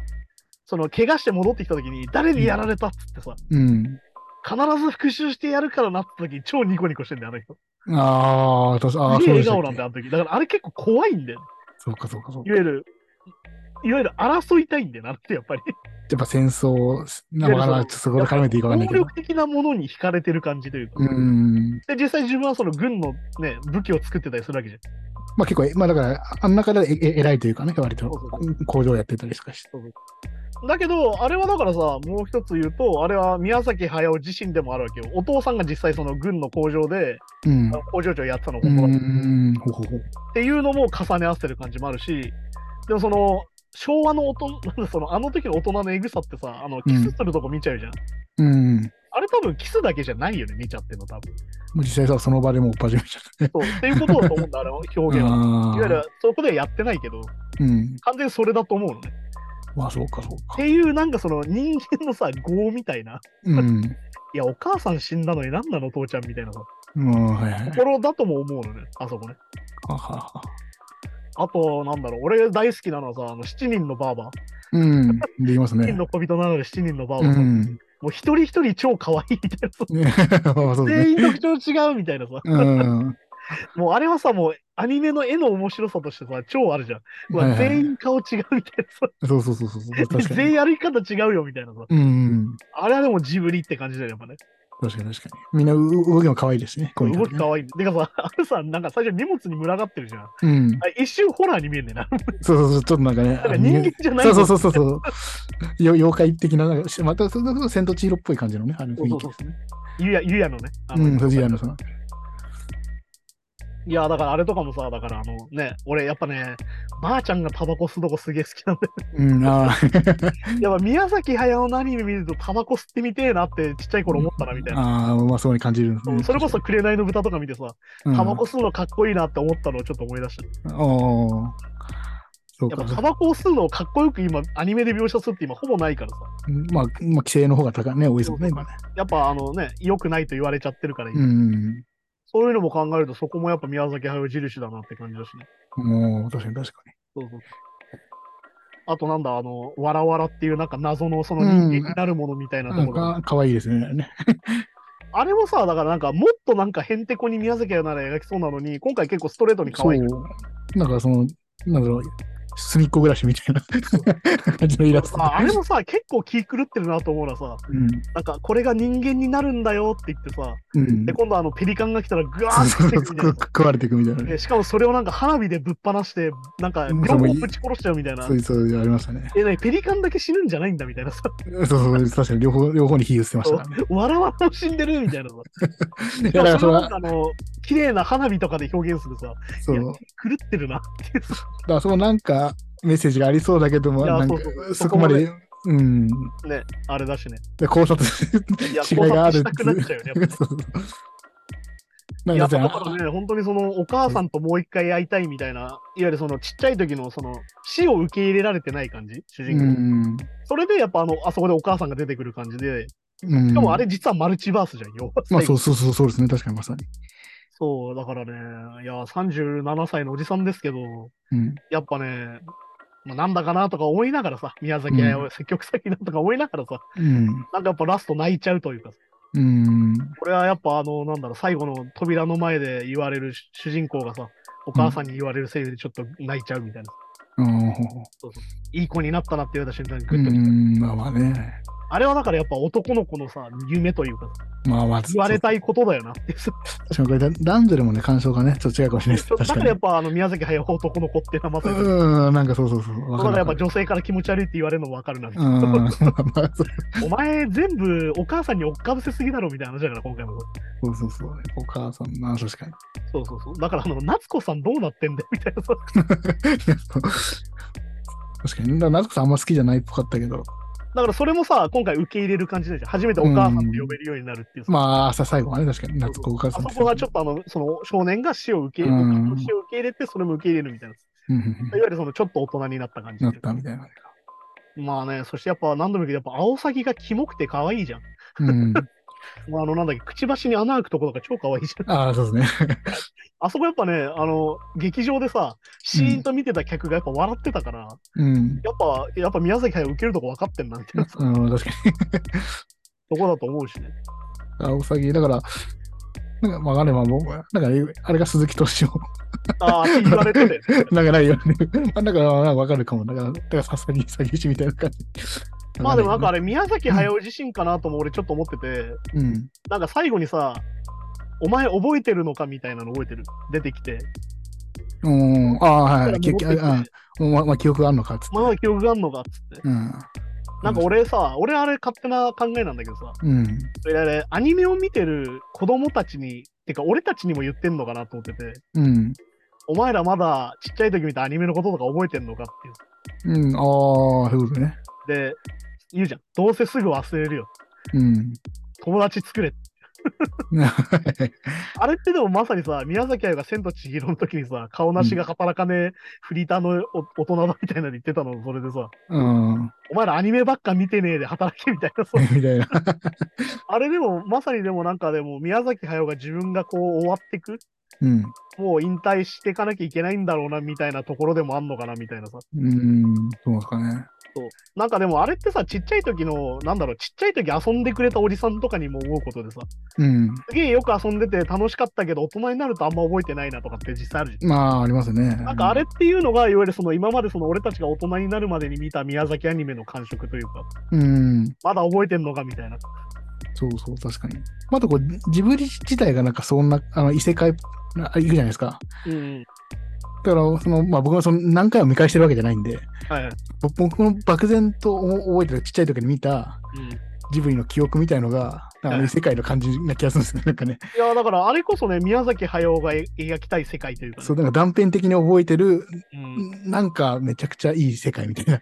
Speaker 2: その怪我して戻ってきた時に誰にやられたっつってさ、
Speaker 3: うん。
Speaker 2: 必ず復讐してやるからなって時に超ニコニコしてんだよ、あの人。
Speaker 3: ああ、確かああ、
Speaker 2: すげ
Speaker 3: そう
Speaker 2: え笑
Speaker 3: でした
Speaker 2: 顔な
Speaker 3: っ
Speaker 2: ん
Speaker 3: け
Speaker 2: で、あの時。だからあれ結構怖いんだよね。
Speaker 3: そうか、そうか、そう
Speaker 2: い
Speaker 3: か。
Speaker 2: わゆる、いわゆる争いたいんだよなって、やっぱり。
Speaker 3: やっぱ戦争、なわからん、ちょっとそこで絡めていいかわかんない
Speaker 2: 能
Speaker 3: けど。
Speaker 2: 力的なものに惹かれてる感じというか。
Speaker 3: うーん。
Speaker 2: で、実際自分はその軍のね、武器を作ってたりするわけじゃん。
Speaker 3: まあ結構、えまあだから、あん中ではええ偉いというかね、割と
Speaker 2: そう
Speaker 3: 工場やってたりとかして。
Speaker 2: だけど、あれはだからさ、もう一つ言うと、あれは宮崎駿自身でもあるわけよ。お父さんが実際その軍の工場で、
Speaker 3: うん
Speaker 2: あ。の工場長やってたの
Speaker 3: う
Speaker 2: 本当だっ
Speaker 3: ーん。ほうほうほう。
Speaker 2: ていうのも重ね合わせてる感じもあるし、でもその、昭和の大人、 そのあの時の大人のエグさってさ、あのキスするとこ見ちゃうじゃん。
Speaker 3: うん。も
Speaker 2: あれ多分キスだけじゃないよね、見ちゃってんの多分。
Speaker 3: う実際さ、その場でもう始めちゃったね。
Speaker 2: そうっていうことだと思うんだ、あれは表現は。
Speaker 3: あ
Speaker 2: いわゆる
Speaker 3: あ。
Speaker 2: そこではやってないけど、
Speaker 3: うん。
Speaker 2: 完全にそれだと思うのね。
Speaker 3: まあそうか、そう
Speaker 2: っ
Speaker 3: か。
Speaker 2: ていうなんかその人間のさ、業みたいな。
Speaker 3: うん。
Speaker 2: いや、お母さん死んだのになんなの、父ちゃんみたいなさ。
Speaker 3: うん、はいはい。
Speaker 2: ところだとも思うのね、あそこね。
Speaker 3: ははは
Speaker 2: あと、なんだろう、俺が大好きなのはさ、あの7人のバーバ
Speaker 3: うん。できます
Speaker 2: ー。7
Speaker 3: ね
Speaker 2: 人。の小人なので7人のバー
Speaker 3: う
Speaker 2: バーさ。も
Speaker 3: ん。
Speaker 2: う一人一人超可愛いみたいなさ。
Speaker 3: ねそうです
Speaker 2: 全
Speaker 3: ね。
Speaker 2: 員特徴違うみたいなさ。
Speaker 3: うん。
Speaker 2: もうあれはさ、もうアニメの絵の面白さとしてさ、超あるじゃん。うわ
Speaker 3: はいはい
Speaker 2: 全員顔違うみたい
Speaker 3: そうそうそうそう。
Speaker 2: な
Speaker 3: 確
Speaker 2: さ。
Speaker 3: かに。
Speaker 2: 全員歩き方違うよみたいなさ。
Speaker 3: うん。
Speaker 2: あれはでもジブリって感じだよね、やっぱね。
Speaker 3: 確かに確かに。みんなう動きも可愛いですね。コミカ
Speaker 2: 動
Speaker 3: ル
Speaker 2: き
Speaker 3: ね
Speaker 2: 可愛い。てかさ、あれさ、なんか最初荷物に群がってるじゃん。
Speaker 3: うん。
Speaker 2: あ一瞬ホラーに見えんねんな。
Speaker 3: そうそうそう。ちょっとなんかね。
Speaker 2: なんか人間じゃない
Speaker 3: そうそうそうそうそう。よ妖怪的な、なんかしまた、そうそうそう、千と千尋っぽい感じのね、あの雰囲気ですね。
Speaker 2: ゆや、ゆやのね。あの
Speaker 3: うん、藤井のその。
Speaker 2: いや、だからあれとかもさ、だからあのね、俺やっぱね、ばあちゃんがタバコ吸うとこすげえ好きなん だ
Speaker 3: うん、ああ。
Speaker 2: よ。やっぱ宮崎駿のアニメ見るとタバコ吸ってみてえなってちっちゃい頃思ったなみたいな。
Speaker 3: ああ、まあそうに感じるんです
Speaker 2: そう
Speaker 3: ね。
Speaker 2: それこそ紅の豚とか見てさ、
Speaker 3: うん、
Speaker 2: タバコ吸うのかっこいいなって思ったのをちょっと思い出した。
Speaker 3: おーそう
Speaker 2: や
Speaker 3: か
Speaker 2: っぱ。タバコを吸うのをかっこよく今、アニメで描写するって今ほぼないからさ。
Speaker 3: まあ、まあ、規制の方が高いね、多いですもんね、
Speaker 2: そう
Speaker 3: 今ね。
Speaker 2: やっぱあのね、良くないと言われちゃってるから、
Speaker 3: うん。
Speaker 2: そういうのも考えるとそこもやっぱ宮崎駿印だなって感じだしね。
Speaker 3: もう、確かに確か
Speaker 2: そうそう。あとなんだ、あの、わらわらっていうなんか謎のその人間になるものみたいな
Speaker 3: に。
Speaker 2: と
Speaker 3: な
Speaker 2: こ
Speaker 3: ん
Speaker 2: ろ。
Speaker 3: か、可愛いですね。ね
Speaker 2: あれもさ、だからなんかもっとなんかへんてこに宮崎駿なら描きそうなのに、今回結構ストレートに可
Speaker 3: そう
Speaker 2: 愛い。。
Speaker 3: なんか、その、なんだろう、隅っこ暮らしみたいな感じのイラスト。
Speaker 2: ああれもさ、結構気狂ってるなと思うのはさ、
Speaker 3: うん。
Speaker 2: なんかこれが人間になるんだよって言ってさ、
Speaker 3: うん
Speaker 2: で、。今度あのペリカンが来たらグワー
Speaker 3: そう
Speaker 2: ン
Speaker 3: そ
Speaker 2: って
Speaker 3: う
Speaker 2: くるみたい
Speaker 3: そ
Speaker 2: な
Speaker 3: うく食われていくみたいなね。
Speaker 2: でしかもそれをなんか花火でぶっ放して、なんか、
Speaker 3: うん
Speaker 2: 両方ぶち殺しちゃうみたいな
Speaker 3: そ。うそう、ありましたね。
Speaker 2: え、なにペリカンだけ死ぬんじゃないんだみたいなさ。
Speaker 3: そうそう、確かに両方、両方に火打ってましたからね。
Speaker 2: わらわらも死んでるみたいなさ。
Speaker 3: いや、だから
Speaker 2: そ
Speaker 3: そ
Speaker 2: れな
Speaker 3: れ
Speaker 2: ん
Speaker 3: は、
Speaker 2: かあの、綺麗な花火とかで表現するさ、
Speaker 3: そう。
Speaker 2: い
Speaker 3: だ
Speaker 2: や
Speaker 3: か
Speaker 2: 狂ってるなっていうさ
Speaker 3: らそのなんか、メッセージがありそうだけども、
Speaker 2: いや
Speaker 3: なんか
Speaker 2: そうそう、
Speaker 3: そこまで、うん。
Speaker 2: ね、あれだしね。
Speaker 3: で考察、
Speaker 2: いや、
Speaker 3: 違いがある
Speaker 2: 考察したくなっちゃうよね。やっぱ
Speaker 3: そうそう
Speaker 2: い
Speaker 3: な
Speaker 2: や
Speaker 3: んか
Speaker 2: だ
Speaker 3: さ
Speaker 2: か、らね、本当にそのお母さんともう一回会いたいみたいな、いわゆるそのちっちゃい時のその死を受け入れられてない感じ、主
Speaker 3: う
Speaker 2: 人公。
Speaker 3: ん。
Speaker 2: それでやっぱあの、あそこでお母さんが出てくる感じで、
Speaker 3: うん
Speaker 2: しかもあれ実はマルチバースじゃんよ。
Speaker 3: まあそううそうそう、そうですね。確かにまさに。
Speaker 2: そう、だからね、いや、37歳のおじさんですけど、
Speaker 3: うん。
Speaker 2: やっぱね、まあ、なんだかなとか思いながらさ、宮崎
Speaker 3: う
Speaker 2: 駿積極的なとか思いながらさ、
Speaker 3: うん。
Speaker 2: なんかやっぱラスト泣いちゃうというかさ、
Speaker 3: うん。
Speaker 2: これはやっぱあの、なんだろう、最後の扉の前で言われる主主人公がさ、お母さんに言われるせいでちょっと泣いちゃうみたいな。
Speaker 3: うん
Speaker 2: いい子になったなって言われた瞬間に
Speaker 3: う
Speaker 2: グッときた、
Speaker 3: ん。まあまあね。
Speaker 2: あれはだからやっぱ男の子のさ、夢というか、
Speaker 3: まあまあ、
Speaker 2: 言われたいことだよなって。
Speaker 3: 確かにこれだ男女でもね、感想がね、ちょっと違うかもしれないです。
Speaker 2: だ
Speaker 3: 確
Speaker 2: か
Speaker 3: から
Speaker 2: や
Speaker 3: に
Speaker 2: っ。ぱあの宮崎駿男の子って名前されてる。
Speaker 3: うん、なんかそうそうそう。わ
Speaker 2: だ
Speaker 3: か
Speaker 2: から
Speaker 3: る
Speaker 2: やっぱ女性から気持ち悪いって言われるのもわかるなみた
Speaker 3: う
Speaker 2: いな。
Speaker 3: ん。まあまあ、そう
Speaker 2: お前全部お母さんに追っかぶせすぎだろみたいな話だから今回も。
Speaker 3: そうそうそう。お母さんな、確かに。
Speaker 2: そうそうそう。だからあの、夏子さんどうなってんだよ みたいなさ。
Speaker 3: 確かに。だから、夏子さんあんま好きじゃないっぽかったけど、
Speaker 2: だからそれもさ、今回受け入れる感じでしょ。初めてお母さんって呼べるようになるっていうさ。
Speaker 3: まあ、朝最後はね、確かに、夏子お母さ
Speaker 2: あ
Speaker 3: ん
Speaker 2: そ
Speaker 3: です
Speaker 2: こはちょっとあの、その少年が死を受け入れ、
Speaker 3: うん
Speaker 2: 僕の死を受け入れて、それも受け入れるみたいな。い
Speaker 3: うんうん
Speaker 2: わゆるそのちょっと大人になった感
Speaker 3: うん
Speaker 2: じ
Speaker 3: な
Speaker 2: っ
Speaker 3: って
Speaker 2: いうか
Speaker 3: たみたいな。
Speaker 2: まあね、そしてやっぱ何度も言うけど、やっぱ青サギがキモくて可愛いじゃん。
Speaker 3: うん。
Speaker 2: まあ、あの、なんだっけ、くちばしに穴開くところが超可愛いじゃん。
Speaker 3: ああ、そうですね。
Speaker 2: あそこやっぱね、あの、劇場でさ、シーンと見てた客がやっぱ笑ってたから、
Speaker 3: うん。
Speaker 2: やっぱ、やっぱ宮崎駿受けるとこ分かってんな、みたいな と
Speaker 3: うん、確かに。
Speaker 2: こだと思うしね。
Speaker 3: アオサギ、だから、なんか、まあ、あれはもう、なんか、あれが鈴木敏夫。
Speaker 2: ああ、って言われてて。
Speaker 3: なんかないよね。まあ、だから、なんかわかるかも。だから、だからさすがに詐欺師みたいな感じ。
Speaker 2: まあでもなんかあ
Speaker 3: れ。
Speaker 2: れ、宮崎駿自身かなとも俺ちょっと思ってて、
Speaker 3: うん。
Speaker 2: なんか最後にさ、お前覚えてるのかみたいなの覚えてる。出てきて。
Speaker 3: うん。ああ、はいはい。
Speaker 2: 戻
Speaker 3: 結
Speaker 2: ってきて
Speaker 3: 局、ああ、まあ、まあ、記憶があるのかっつって。
Speaker 2: まだ記憶があんのかっつって。
Speaker 3: うん。
Speaker 2: なんか俺さ、俺あれ勝手な考えなんだけどさ、
Speaker 3: うん。
Speaker 2: 俺あれアニメを見てる子供たちに、てか俺たちにも言ってんのかなと思ってて、
Speaker 3: うん。
Speaker 2: お前らまだちっちゃい時見たアニメのこととか覚えてんのかっていう。
Speaker 3: うん。ああ、そういうことね。
Speaker 2: で、言うじゃん。どうせすぐ忘れるよ。
Speaker 3: うん。
Speaker 2: 友達作れ。あれってでもまさにさ、宮崎駿が千と千尋の時にさ、顔なしが働かねえフリーターのお大人だみたいなの言ってたの、それでさ、
Speaker 3: うん。
Speaker 2: お前らアニメばっか見てねえで働けみたいなさ、
Speaker 3: みたいな。
Speaker 2: あれでもまさにでもなんかでも宮崎駿が自分がこう終わってく、
Speaker 3: うん。
Speaker 2: もう引退していかなきゃいけないんだろうなみたいなところでもあんのかなみたいなさ、
Speaker 3: うん。そうですかね。
Speaker 2: なんかでもあれってさ、ちっちゃい時の、なんだろう、ちっちゃい時遊んでくれたおじさんとかにも思うことでさ、
Speaker 3: うん。
Speaker 2: すげえよく遊んでて楽しかったけど、大人になるとあんま覚えてないなとかって実際あるじゃん。
Speaker 3: まあ、ありますね。
Speaker 2: なんかあれっていうのが、いわゆるその今までその俺たちが大人になるまでに見た宮崎アニメの感触というか、
Speaker 3: うん。
Speaker 2: まだ覚えてんのかみたいな。
Speaker 3: そうそう、確かに。まああとこう、ジブリ自体がなんかそんな、あの、異世界、あ行くじゃないですか。
Speaker 2: うん。
Speaker 3: だから、その、まあ僕はその何回も見返してるわけじゃないんで、
Speaker 2: はい。うん。
Speaker 3: ぼ僕の漠然と思覚えてたちっちゃい時に見たジブリの記憶みたいのが、なんかあ
Speaker 2: は
Speaker 3: の
Speaker 2: い
Speaker 3: 異世界の感じな気がするんですね。なんかね、
Speaker 2: いや、だからあれこそね、宮崎駿が描きたい世界というかね、
Speaker 3: そう、なんか断片的に覚えてる、
Speaker 2: うん。い
Speaker 3: なんかめちゃくちゃいい世界みたいな。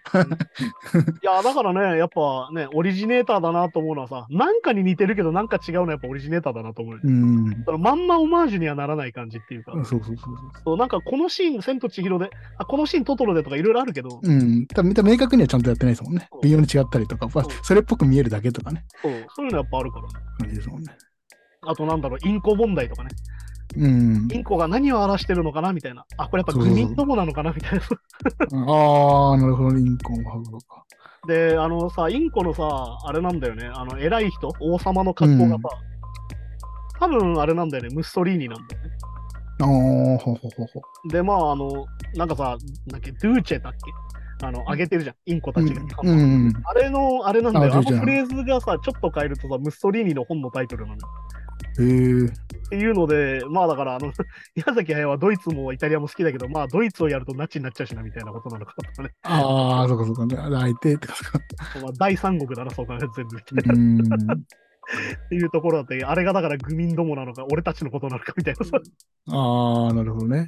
Speaker 2: や、だからね、やっぱね、オリジネーターだなと思うのはさ、なんかに似てるけど、なんか違うのはやっぱオリジネーターだなと思う。
Speaker 3: うん。
Speaker 2: そのまんまオマージュにはならない感じっていうか、
Speaker 3: そうそうそうそう。
Speaker 2: そうなんかこのシーン、千と千尋で、あこのシーン、トトロでとかいろいろあるけど、
Speaker 3: うん。ただ明確にはちゃんとやってないですもんね
Speaker 2: そう。
Speaker 3: 微妙に違ったりとか、まあ
Speaker 2: そう
Speaker 3: それっぽく見えるだけとかね。
Speaker 2: そうそういうのやっぱあるからね。
Speaker 3: 感じですもんね。
Speaker 2: あとなんだろう、インコ問題とかね。
Speaker 3: うん。
Speaker 2: インコが何を表してるのかなみたいな。あ、これやっぱ
Speaker 3: そう
Speaker 2: グ
Speaker 3: そうそう
Speaker 2: ミンどもなのかなみたいな。
Speaker 3: ああ、なるほど、リンコンハウとか。
Speaker 2: で、あのさ、インコのさ、あれなんだよね。あの、偉い人、王様の格好がさ、多分あれなんだよね。ムッソリーニなんだよね。
Speaker 3: ああ、ほうほうほうほ
Speaker 2: で、まあ、あの、なんかさ、なんだっけ、ドゥーチェだっけあの、あげてるじゃん。インコ
Speaker 3: う。
Speaker 2: たちが。
Speaker 3: うんうん。
Speaker 2: あれの、あれなんだよ。
Speaker 3: あ
Speaker 2: あ
Speaker 3: ドゥーチェ
Speaker 2: のフレーズがさ、ちょっと変えるとさ、ムッソリーニの本のタイトルなのよ。
Speaker 3: へえ。
Speaker 2: っていうので、まあだから、あの、 宮崎駿はドイツもイタリアも好きだけど、まあドイツをやるとナチになっちゃうしな、みたいなことなのかなとかね。
Speaker 3: ああ、そうかそうか。相手ってかそ っか。
Speaker 2: まあ、第三国だな、そう考えると全部みたいな。
Speaker 3: うん。
Speaker 2: っていうところだって、あれがだから愚民どもなのか、俺たちのことなのかみたいなさ。
Speaker 3: ああ、なるほどね。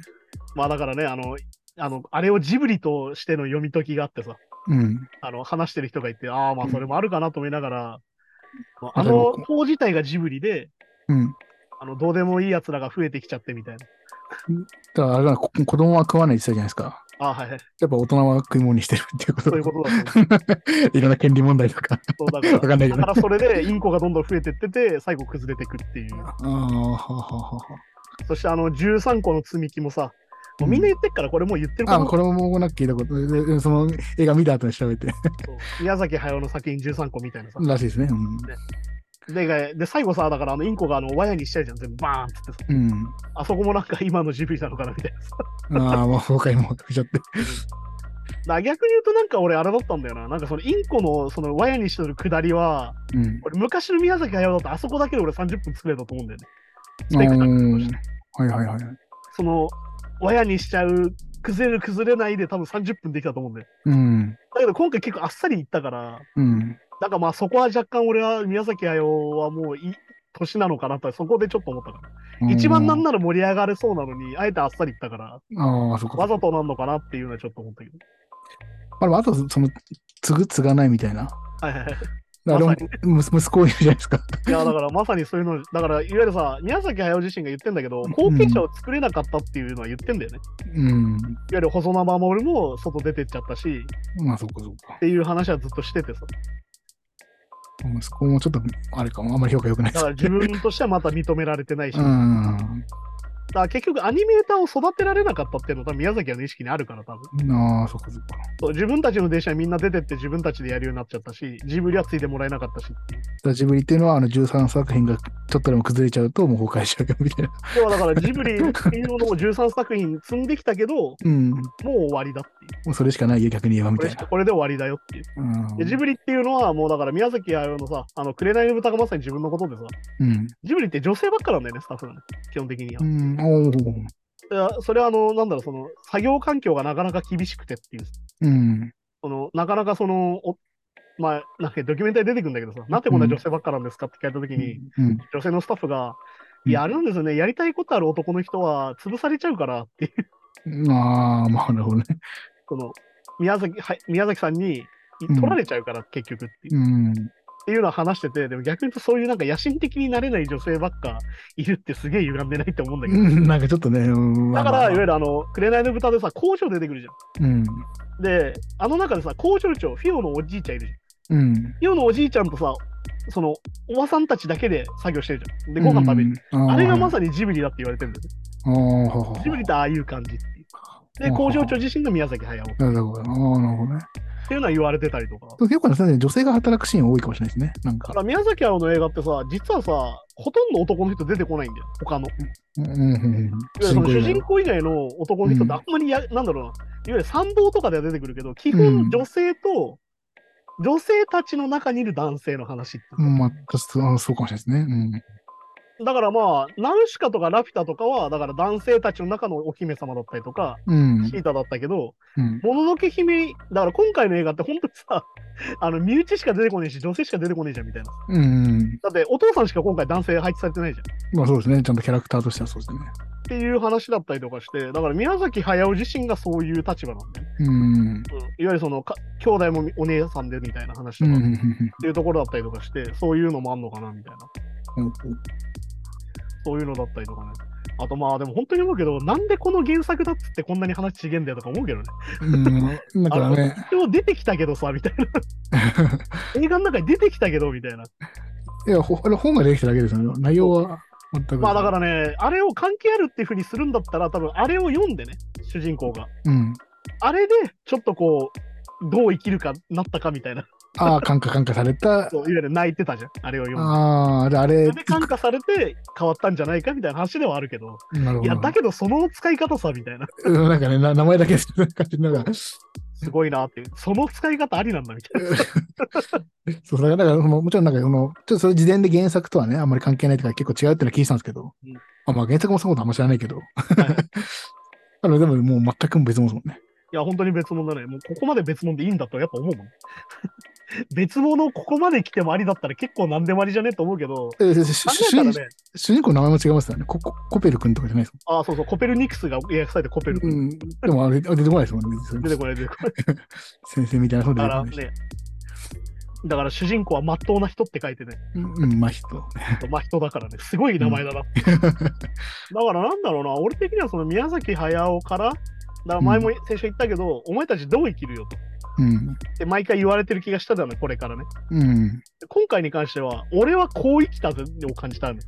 Speaker 2: まあだからね、あの、あの、あれをジブリとしての読み解きがあってさ、
Speaker 3: うん。
Speaker 2: あの、話してる人がいて、ああ、まあそれもあるかなと思いながら、まああ
Speaker 3: なるほ
Speaker 2: の
Speaker 3: ど
Speaker 2: 塔自体がジブリで、
Speaker 3: うん。
Speaker 2: あの、どうでもいい奴らが増えてきちゃってみたいな。
Speaker 3: だからあれだな、こ子供は食わないって言ってたじゃないですか。
Speaker 2: ああ、はい はい。
Speaker 3: やっぱ大人は食い物にしてるっていうこと
Speaker 2: そういうことだと思う。
Speaker 3: といろんな権利問題とか。
Speaker 2: そうだ
Speaker 3: わ
Speaker 2: か
Speaker 3: かんな
Speaker 2: ら、
Speaker 3: いけど
Speaker 2: だ
Speaker 3: ね。
Speaker 2: からそれでインコがどんどん増えてってて、最後崩れてくっていう。
Speaker 3: ああ、はははは。
Speaker 2: そしてあの、13個の積み木もさ、もうみんな言ってっから、これもう言ってるか
Speaker 3: あ
Speaker 2: ら、
Speaker 3: これももうなんか聞いたことででその映画見た後に調べて。
Speaker 2: そう宮崎駿の作品13個みたいなさ。
Speaker 3: らしいですね。
Speaker 2: で、で最後さ、だからあのインコがあのワヤにしちゃうじゃん、全部バーンっつってさ、
Speaker 3: うん。
Speaker 2: あそこもなんか今のジブリなのかなみたいなさ。
Speaker 3: うん、ああ、もう今回も来ちゃって。
Speaker 2: だから逆に言うとなんか俺あれだったんだよな、なんかそのインコのそのワヤにしてるくだりは、
Speaker 3: うん。
Speaker 2: 俺昔の宮崎駿だとあそこだけで俺30分作れたと思うんだよね。ス
Speaker 3: う
Speaker 2: ペクタクルと
Speaker 3: ん
Speaker 2: して。
Speaker 3: はいはいはい。
Speaker 2: そのワヤにしちゃう、崩れる崩れないで多分30分できたと思うんだよ。
Speaker 3: うん。
Speaker 2: だけど今回結構あっさりいったから、
Speaker 3: うん。
Speaker 2: なんかまあそこは若干俺は宮崎駿はもういい年なのかなとそこでちょっと思ったから。一番なんなら盛り上がれそうなのに、あえてあっさりいった から、
Speaker 3: ああ、そっか。
Speaker 2: わざとなんのかなっていうのはちょっと思ったけど。
Speaker 3: まあ、でもあと、その、継ぐ、継がないみたいな。
Speaker 2: はいはいはい。
Speaker 3: あれも
Speaker 2: まさ
Speaker 3: む息子いるじゃないですか。
Speaker 2: いや、だからまさにそういうの、だからいわゆるさ、宮崎駿自身が言ってんだけど、後継者を作れなかったっていうのは言ってんだよね。いわ
Speaker 3: うん。
Speaker 2: ゆる細間守も外出てっちゃったし、
Speaker 3: まあ、そっかそっか
Speaker 2: っ。ていう話はずっとしててさ。
Speaker 3: 息子もちょっと、あれかも、あんまり評価良くないで
Speaker 2: だ
Speaker 3: す
Speaker 2: から自分としてはまた認められてないし、
Speaker 3: うん。
Speaker 2: だから結局アニメーターを育てられなかったっていうのは多分宮崎の意識にあるから多分
Speaker 3: ああ、そっかそっか。
Speaker 2: そう自分たちの弟子はみんな出てって自分たちでやるようになっちゃったしジブリはついてもらえなかったしっていう
Speaker 3: だからジブリっていうのは、あの13作品がちょっとでも崩れちゃうと、もう崩壊しちゃうよみたいな。
Speaker 2: 要はだからジブリっていうのを13作品積んできたけども
Speaker 3: うん。も
Speaker 2: う終わりだっていう
Speaker 3: うそれしかないよ、逆に言えばみ
Speaker 2: こ
Speaker 3: た
Speaker 2: れ
Speaker 3: い
Speaker 2: し
Speaker 3: な。
Speaker 2: かこれで終わりだよっていう
Speaker 3: うん。
Speaker 2: でジブリっていうのはもうだから宮崎駿のさあの紅の豚がまさに自分のことでさ
Speaker 3: うん。
Speaker 2: ジブリって女性ばっかなんだよねスタッフがね基本的には
Speaker 3: うん。おー
Speaker 2: いやそれはあのなんだろうその作業環境がなかなか厳しくてっていう
Speaker 3: うん。
Speaker 2: そのなかなかそのおまあなんかドキュメンタリー出てくるんだけどさなんでこんな女性ばっかなんですかって聞いた時に、
Speaker 3: うん。
Speaker 2: 女性のスタッフが「
Speaker 3: うん
Speaker 2: いやあれなんですよねやりたいことある男の人は潰されちゃうから」っていう
Speaker 3: ああ、まあなるほどね。
Speaker 2: この宮崎はい宮崎さんに
Speaker 3: ん
Speaker 2: 取られちゃうから、結局っていう,、
Speaker 3: うん。
Speaker 2: っていうのは話しててでも逆に言うとそういうなんか野心的になれない女性ばっかいるってすげえ歪んでないって思うんだけど、
Speaker 3: うんなんかちょっとね、うん。
Speaker 2: だか
Speaker 3: まあまあ
Speaker 2: らいわ
Speaker 3: まあ
Speaker 2: ゆるあの「紅の豚」でさ工場出てくるじゃん
Speaker 3: うん。
Speaker 2: で、あの中でさ、工場長、フィオのおじいちゃんいるじゃん。
Speaker 3: うん。
Speaker 2: フィオのおじいちゃんとさ、その、おばさんたちだけで作業してるじゃん。で、ご飯食べる。
Speaker 3: うん。
Speaker 2: あれがま
Speaker 3: さ
Speaker 2: さにジブリだって言われてるんだよね。ジブリってああいう感じっていう。で、
Speaker 3: うん
Speaker 2: 工場長自身が宮崎駿っ
Speaker 3: なるほど。ああ、なるほどね。
Speaker 2: ていうのは言われてたりとか。
Speaker 3: 結構ね、そうですね女性が働くシーン多いかもしれないですね。なん
Speaker 2: だ
Speaker 3: か
Speaker 2: か。ら宮崎駿の映画ってさ、実はさ、ほとんど男の人出てこないんだよ、他の。いわ
Speaker 3: うんうんうん。
Speaker 2: ゆるその主人
Speaker 3: 公
Speaker 2: 公以外の男の人ってあんまりや、なんだろうな、いわゆる参謀とかでは出てくるけど、基本女性と、女性たちの中にいる男性の話っていう
Speaker 3: うん、まあ、そうあそうかもしれないですね。
Speaker 2: だからまあ、ナウシカとかラピュタとかは、だから男性たちの中のお姫様だったりとか、
Speaker 3: うん。うん
Speaker 2: シ。ータだったけど、
Speaker 3: うん。
Speaker 2: もののけ姫、だから今回の映画って本当にさ、 あの、身内しか出てこねえし、女性しか出てこねえじゃんみたいな。
Speaker 3: うんうん。
Speaker 2: だって、お父さんしか今回男性配置されてないじゃん。
Speaker 3: まあそうですね。ちゃんとキャラクターとしてはそうですね。
Speaker 2: っていう話だったりとかして、だから宮崎駿自身がそういう立場なんだよね。
Speaker 3: うん。
Speaker 2: うん、いわゆるそのか、兄弟もお姉さんでみたいな話
Speaker 3: う
Speaker 2: とか、
Speaker 3: んう
Speaker 2: っ
Speaker 3: ん
Speaker 2: ていうところだったりとかして、そういうのもあんのかなみたいな。
Speaker 3: うん。
Speaker 2: そういうのだったりとかね。あとまあでも本当に思うけど、なんでこの原作だっつってこんなに話ちげんだよとか思うけどね。
Speaker 3: うん。だからね。
Speaker 2: でも出てきたけどさ、みたいな。映画の中に出てきたけど、みたいな。
Speaker 3: いや、ほあれ本ができただけですよね。内容は全く。
Speaker 2: まあだからね、あれを関係あるっていうふうにするんだったら、多分あれを読んでね、主人公が。
Speaker 3: ら。うん。
Speaker 2: あれで、ちょっとこう、どう生きるかなったかみたいな。
Speaker 3: ああ、感化感化された。
Speaker 2: そういわゆる泣いてたじゃん、あれを読んで。
Speaker 3: ああ、であ
Speaker 2: そ
Speaker 3: れ
Speaker 2: れ、で感化されて変わったんじゃないかみたいな話ではあるけど、
Speaker 3: なるほ
Speaker 2: い
Speaker 3: ど
Speaker 2: や、。だけどその使い方さ、みたいな。
Speaker 3: うんなんかね、な名前だけですなんかなんか
Speaker 2: すごいなっていう。その使い方ありなんだ、みたいな。
Speaker 3: そう、だから、だからそのもちろんなんか、その、ちょっとそれ事前で原作とはね、あんまり関係ないとか結構違うってのは聞いてたんですけど、
Speaker 2: うん
Speaker 3: あまあ原作もそのことあんま知らな いけど、
Speaker 2: い
Speaker 3: あの、でももう全く別物ですもんね。
Speaker 2: いや、本当に別物だね。もうここまで別物でいいんだとやっぱ思うもん。 別物ここまで来てもありだったら結構何でもありじゃねえと思うけど、
Speaker 3: えしし
Speaker 2: 考えたら
Speaker 3: 主
Speaker 2: ね、
Speaker 3: 主人公の名前も違いますよね。コココペル君とかじゃないです
Speaker 2: ああ、そうそう、コペルニクスが訳されてコペル
Speaker 3: もん。
Speaker 2: 君。
Speaker 3: うん。でもあれ、あれ出てこないですもんね。別に
Speaker 2: 出てこない出てこない。
Speaker 3: 先生みたいなの
Speaker 2: だ
Speaker 3: 出
Speaker 2: か
Speaker 3: てこ
Speaker 2: ら
Speaker 3: ないし。
Speaker 2: ね、だから主人公は真っ当な人って書いてね、
Speaker 3: うん、うんまあ人。
Speaker 2: 真人だからね、すごい名前だな。だからなんだろうな、俺的にはその宮崎駿から、だから前も先週言ったけど、お前たちどう生きるよと。
Speaker 3: うん。
Speaker 2: って毎回言われてる気がしただよね、これからね。
Speaker 3: うん。
Speaker 2: 今回に関しては、俺はこう生きたぜを感じたの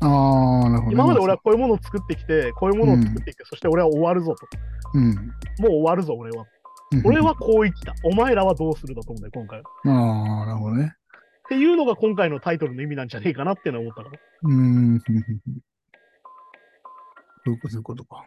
Speaker 3: ああ、なるほどね、
Speaker 2: 今まで俺はこういうものを作ってきて、こういうものを作ってきて、そして俺は終わるぞと。
Speaker 3: う
Speaker 2: も
Speaker 3: ん、
Speaker 2: う終わるぞ、俺は。
Speaker 3: うん。
Speaker 2: 俺はこう生きた。お前らはどうするだと思うんだよ、今回は。っ
Speaker 3: ああ、なるほどね。
Speaker 2: ていうのが今回のタイトルの意味なんじゃねえかなっていうのは思ったから。
Speaker 3: うん。そうか、そういうことか。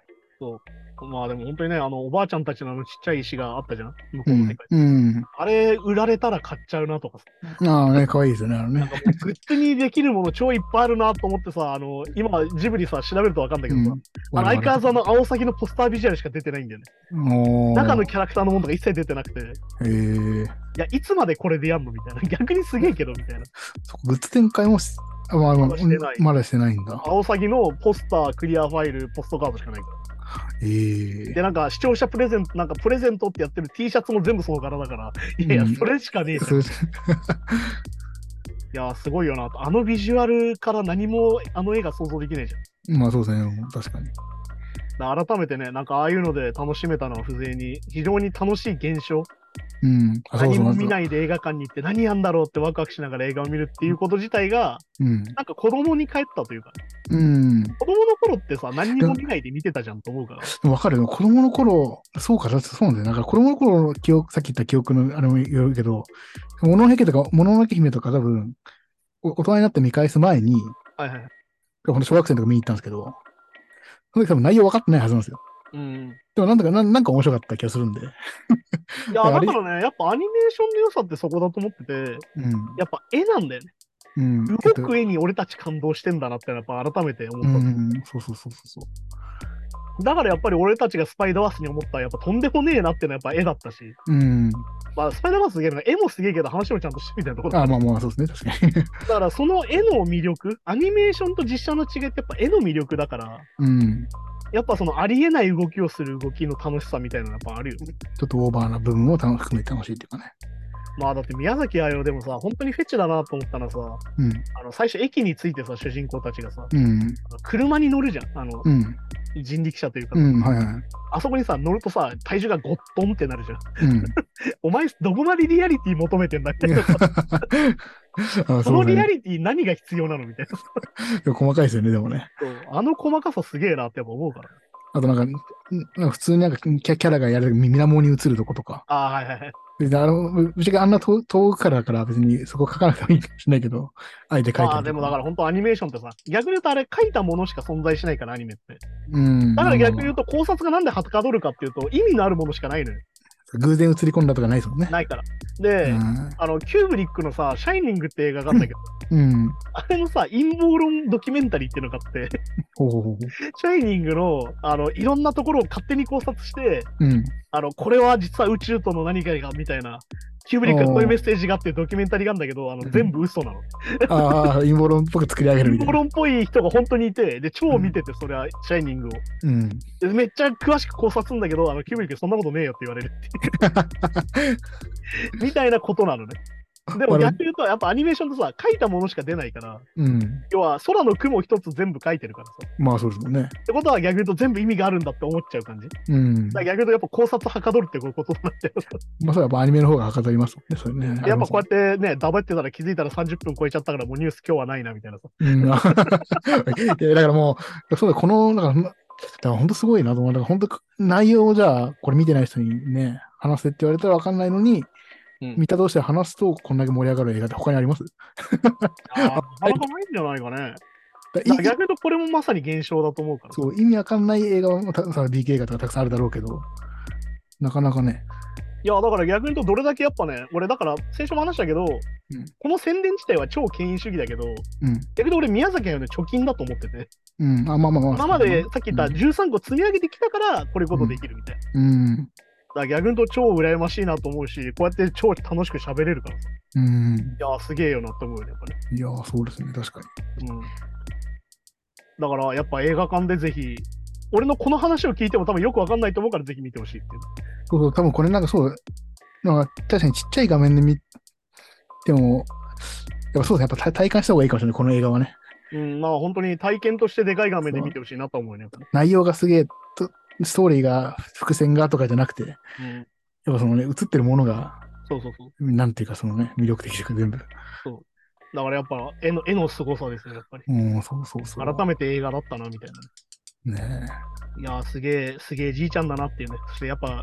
Speaker 2: まあでも本当にね、あの、おばあちゃんたちのあのちっちゃい石があったじゃん。向こ
Speaker 3: う
Speaker 2: うの世
Speaker 3: ん
Speaker 2: 界。。
Speaker 3: うん。
Speaker 2: あれ、売られたら買っちゃうなとかさ。
Speaker 3: ああね、可愛いですよね、あの
Speaker 2: なん
Speaker 3: ね。
Speaker 2: かもうグッズにできるもの超いっぱいあるなと思ってさ、あの、今ジブリさ、調べるとわかんだけどさ、あの相変わらずあの青崎のポスタービジュアルしか出てないんだよね。
Speaker 3: の
Speaker 2: 中のキャラクターのものとか一切出てなくて、
Speaker 3: へえ。
Speaker 2: いや、いつまでこれでやんのみたいな。逆にすげえけど、みたいな。
Speaker 3: そこグッズ展開もし、あまあ、ま
Speaker 2: ま
Speaker 3: あ
Speaker 2: だしてない
Speaker 3: まだしてないんだ。
Speaker 2: 青サギのポスター、クリアファイル、ポストカードしかないから。
Speaker 3: ええ
Speaker 2: で、。なんか視聴者プレゼント、なんかプレゼントってやってる T シャツも全部その柄だから、いや
Speaker 3: う
Speaker 2: い
Speaker 3: ん
Speaker 2: や、それしかねえじゃん。
Speaker 3: そ
Speaker 2: い
Speaker 3: れ
Speaker 2: や、すごいよな。あのビジュアルから何もあの絵が想像できねえじゃん。
Speaker 3: まあそうですね、確かに。
Speaker 2: だから改めてね、なんかああいうので楽しめたのは風情に、非常に楽しい現象。
Speaker 3: うん。あ、そう
Speaker 2: 何
Speaker 3: そう
Speaker 2: も
Speaker 3: そ
Speaker 2: 見
Speaker 3: う。
Speaker 2: ないで映画館に行って何やんだろうってワクワクしながら映画を見るっていうこと自体が、
Speaker 3: うん。
Speaker 2: なんか子供に帰ったというか、
Speaker 3: うん。
Speaker 2: 子供の頃ってさ、何にも見ないで見てたじゃんと思 うから。
Speaker 3: でもわかるよ。子供の頃、そうか、だってそうなんだよ。なんか子供の頃の記憶、さっき言った記憶のあれもよるけど、もののけとか、もののけ姫とか多分、お大人になって見返す前に、
Speaker 2: はいはい。
Speaker 3: この小学生の時見に行ったんですけど、その時多分内容分かってないはずなんですよ。
Speaker 2: うん。
Speaker 3: でもなんだか、なんなんか面白かった気がするんで。
Speaker 2: いや、
Speaker 3: あ
Speaker 2: だ
Speaker 3: れ
Speaker 2: からね、やっぱアニメーションの良さってそこだと思ってて、
Speaker 3: うん。
Speaker 2: やっぱ絵なんだよね。
Speaker 3: うん。えっと
Speaker 2: 動く絵に俺たち感動してんだなってのはやっぱ改めて思っ
Speaker 3: う
Speaker 2: た。
Speaker 3: ん、そうそうそうそうそう。
Speaker 2: だからやっぱり俺たちがスパイダーバースに思ったやっぱとんでもねえなってのはやっぱ絵だったし、
Speaker 3: うん。
Speaker 2: まあ、スパイダーバースすげえのが絵もすげえけど話もちゃんとしてみたいなところ
Speaker 3: あまあまあ、そうですね、確かに。
Speaker 2: だからその絵の魅力、アニメーションと実写の違いってやっぱ絵の魅力だから、
Speaker 3: うん。
Speaker 2: やっぱそのありえない動きをする動きの楽しさみたいなのやっぱあるよね。
Speaker 3: ちょっとオーバーな部分を楽含めて楽しいっていうかね。
Speaker 2: まあだって宮崎あよでもさ、本当にフェチだなと思ったのはさ、あの最初駅に着いてさ、主人公たちがさ、
Speaker 3: うん。うん。
Speaker 2: あの車に乗るじゃん、あの
Speaker 3: うん。
Speaker 2: 人力車というか、
Speaker 3: うん。はいはい。
Speaker 2: あそこにさ、乗るとさ、体重がゴットンってなるじゃん。
Speaker 3: うん。
Speaker 2: お前、どこまでリアリティ求めてんだみたいな。
Speaker 3: あ
Speaker 2: そ
Speaker 3: そ
Speaker 2: の
Speaker 3: うで
Speaker 2: リ
Speaker 3: す
Speaker 2: ア
Speaker 3: ね。
Speaker 2: リティ何が必要なのみたいな。
Speaker 3: いや細かいですよね、でもね。
Speaker 2: そうあの細かさすげえなってやっぱ思うから。
Speaker 3: あとなんか、んなんか普通になんかキャキャラがやる水面に映るとことか。
Speaker 2: ああ、はいはいはい。
Speaker 3: 別にあの、ぶぶっちゃけあんな遠遠くからだから別にそこ書かなくてもいいかもしれないけど、 あえて書いて
Speaker 2: まあでもだから本当アニメーションってさ、逆に言うとあれ書いたものしか存在しないからアニメって。
Speaker 3: うん。
Speaker 2: だから逆に言
Speaker 3: まあ
Speaker 2: うと考察がなんではかどるかっていうと意味のあるものしかないのよ。
Speaker 3: まあ偶然映り込んだとかないですもんね。
Speaker 2: ないから。で、あの、キューブリックのさ、シャイニングって映画があったけど、
Speaker 3: うん。うん。
Speaker 2: あれのさ、陰謀論ドキュメンタリーっていうのがあって、
Speaker 3: ほうほうほう。
Speaker 2: シャイニングの、あの、いろんなところを勝手に考察して、
Speaker 3: うん。
Speaker 2: あの、これは実は宇宙との何かが、みたいな、キューブリックがこういうメッセージがあってドキュメンタリーがあるんだけど、あ
Speaker 3: う
Speaker 2: の、
Speaker 3: ん
Speaker 2: 全部嘘なの。
Speaker 3: ああ、陰謀論っぽく作り上げるみ
Speaker 2: 陰
Speaker 3: たい
Speaker 2: 謀
Speaker 3: な。
Speaker 2: 論っぽい人が本当にいて、で、超見てて、それは、シャイニングを。
Speaker 3: うん。
Speaker 2: でめっちゃ詳しく考察するんだけど、あの、キューブリックそんなことねえよって言われるっていう。みたいなことなのね。でも
Speaker 3: あの
Speaker 2: 逆に言うと、やっぱアニメーションってさ、書いたものしか出ないから、
Speaker 3: うん。
Speaker 2: 要は空の雲一つ全部書いてるからさ。
Speaker 3: まあそうですもんね。
Speaker 2: ってことは逆に言うと全部意味があるんだって思っちゃう感じ。だか
Speaker 3: うん。
Speaker 2: ら逆に言うとやっぱ考察はかどるってことになって
Speaker 3: まあそうやっぱアニメの方がはかどりますもんね、それね。
Speaker 2: やっぱこうやってね、ダブってたら気づいたら30分超えちゃったからもうニュース今日はないなみたいなさ。
Speaker 3: うん、あいやだからもう、そうだ、この、だから、だから本当すごいなと思う。だから本当、内容をじゃあ、これ見てない人にね、話せって言われたら分かんないのに、
Speaker 2: うん
Speaker 3: 見たとして話すと、こんだけ盛り上がる映画って他にあります
Speaker 2: あーなかなかないんじゃないかね。だ
Speaker 3: だい
Speaker 2: から逆に言うとこれもまさに現象だと思うから。
Speaker 3: そう意味わかんない映画もたさ、DK 映画とかたくさんあるだろうけど、なかなかね、
Speaker 2: いや、だから逆に言うとどれだけやっぱね、俺だから先週も話したけど、この宣伝自体は超権威主義だけど、
Speaker 3: うん、
Speaker 2: 逆に俺宮崎の貯金だと思ってて、
Speaker 3: うん、あ、まあまあまあ。
Speaker 2: 今までさっき言った
Speaker 3: うん
Speaker 2: 13個積み上げてきたから、これことできるみたいな。
Speaker 3: うん、
Speaker 2: だから逆に言うと超羨ましいなと思うし、こうやって超楽しく喋れるからさ。
Speaker 3: うん、
Speaker 2: いやー、すげえよなと思うよね、やっぱね。
Speaker 3: いやー、そうですね、確かに。
Speaker 2: うん。だから、やっぱ映画館でぜひ、俺のこの話を聞いても多分よくわかんないと思うから、ぜひ見てほしいっていう。
Speaker 3: そうそう、多分これなんかそう、なんか確かにちっちゃい画面で見ても、やっぱそうですね、やっぱ体体感した方がいいかもしれない、この映画はね。
Speaker 2: うん、まあ本当に体験としてでかい画面で見てほしいなと思うよね、やっぱね。
Speaker 3: 内容がすげえ、とストーリーが、伏線がとかじゃなくて、やっ
Speaker 2: うん。
Speaker 3: ぱそのね、映ってるものが、
Speaker 2: そうそうそう。
Speaker 3: なんていうかそのね、魅力的というか全部。
Speaker 2: だからやっぱ絵の、絵の凄さですね、やっぱり。
Speaker 3: うん、そうそうそう。
Speaker 2: 改めて映画だったな、みたい
Speaker 3: ね
Speaker 2: な。いやー、すげえ、すげえじいちゃんだなっていうね。そしてやっぱ、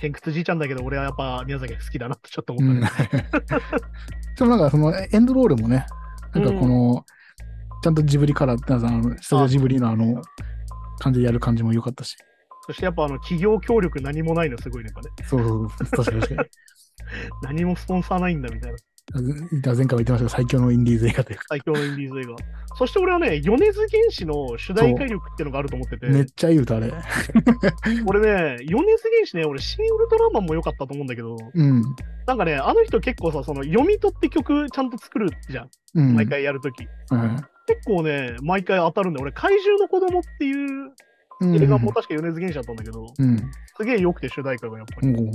Speaker 2: 偏屈じいちゃんだけど、俺はやっぱ宮崎が好きだなってちょっと
Speaker 3: え。う
Speaker 2: 思った
Speaker 3: ん。
Speaker 2: ね。
Speaker 3: でもなんかその、エンドロールもね、なんかこの、ちゃんとジブリカラーってあの、スタジオジブリのあの、感じでやる感じも良かったし。
Speaker 2: そしてやっぱあの、企業協力何もないのすごいね、やっぱね。
Speaker 3: そうそうそう、確かに確かに。
Speaker 2: 何もスポンサーないんだみたいな。
Speaker 3: あず前回も言ってましたが、最強のインディーズ映画というか、
Speaker 2: 最強のインディーズ映画。そして俺はね、米津玄師の主題歌力っていうのがあると思ってて、
Speaker 3: めっちゃいい歌あれ。
Speaker 2: 俺ね、米津玄師ね、俺、シン・ウルトラマンも良かったと思うんだけど、
Speaker 3: うん。
Speaker 2: なんかね、あの人結構さ、その読み取って曲ちゃんと作るじゃん、
Speaker 3: うん。
Speaker 2: 毎回やるとき。結構ね、毎回当たるんで、俺、怪獣の子供っていう
Speaker 3: うん。
Speaker 2: 映画も確か米津玄師だったんだけど、
Speaker 3: うん。
Speaker 2: すげえ良くて主題歌がやっぱ
Speaker 3: う
Speaker 2: り。
Speaker 3: ん。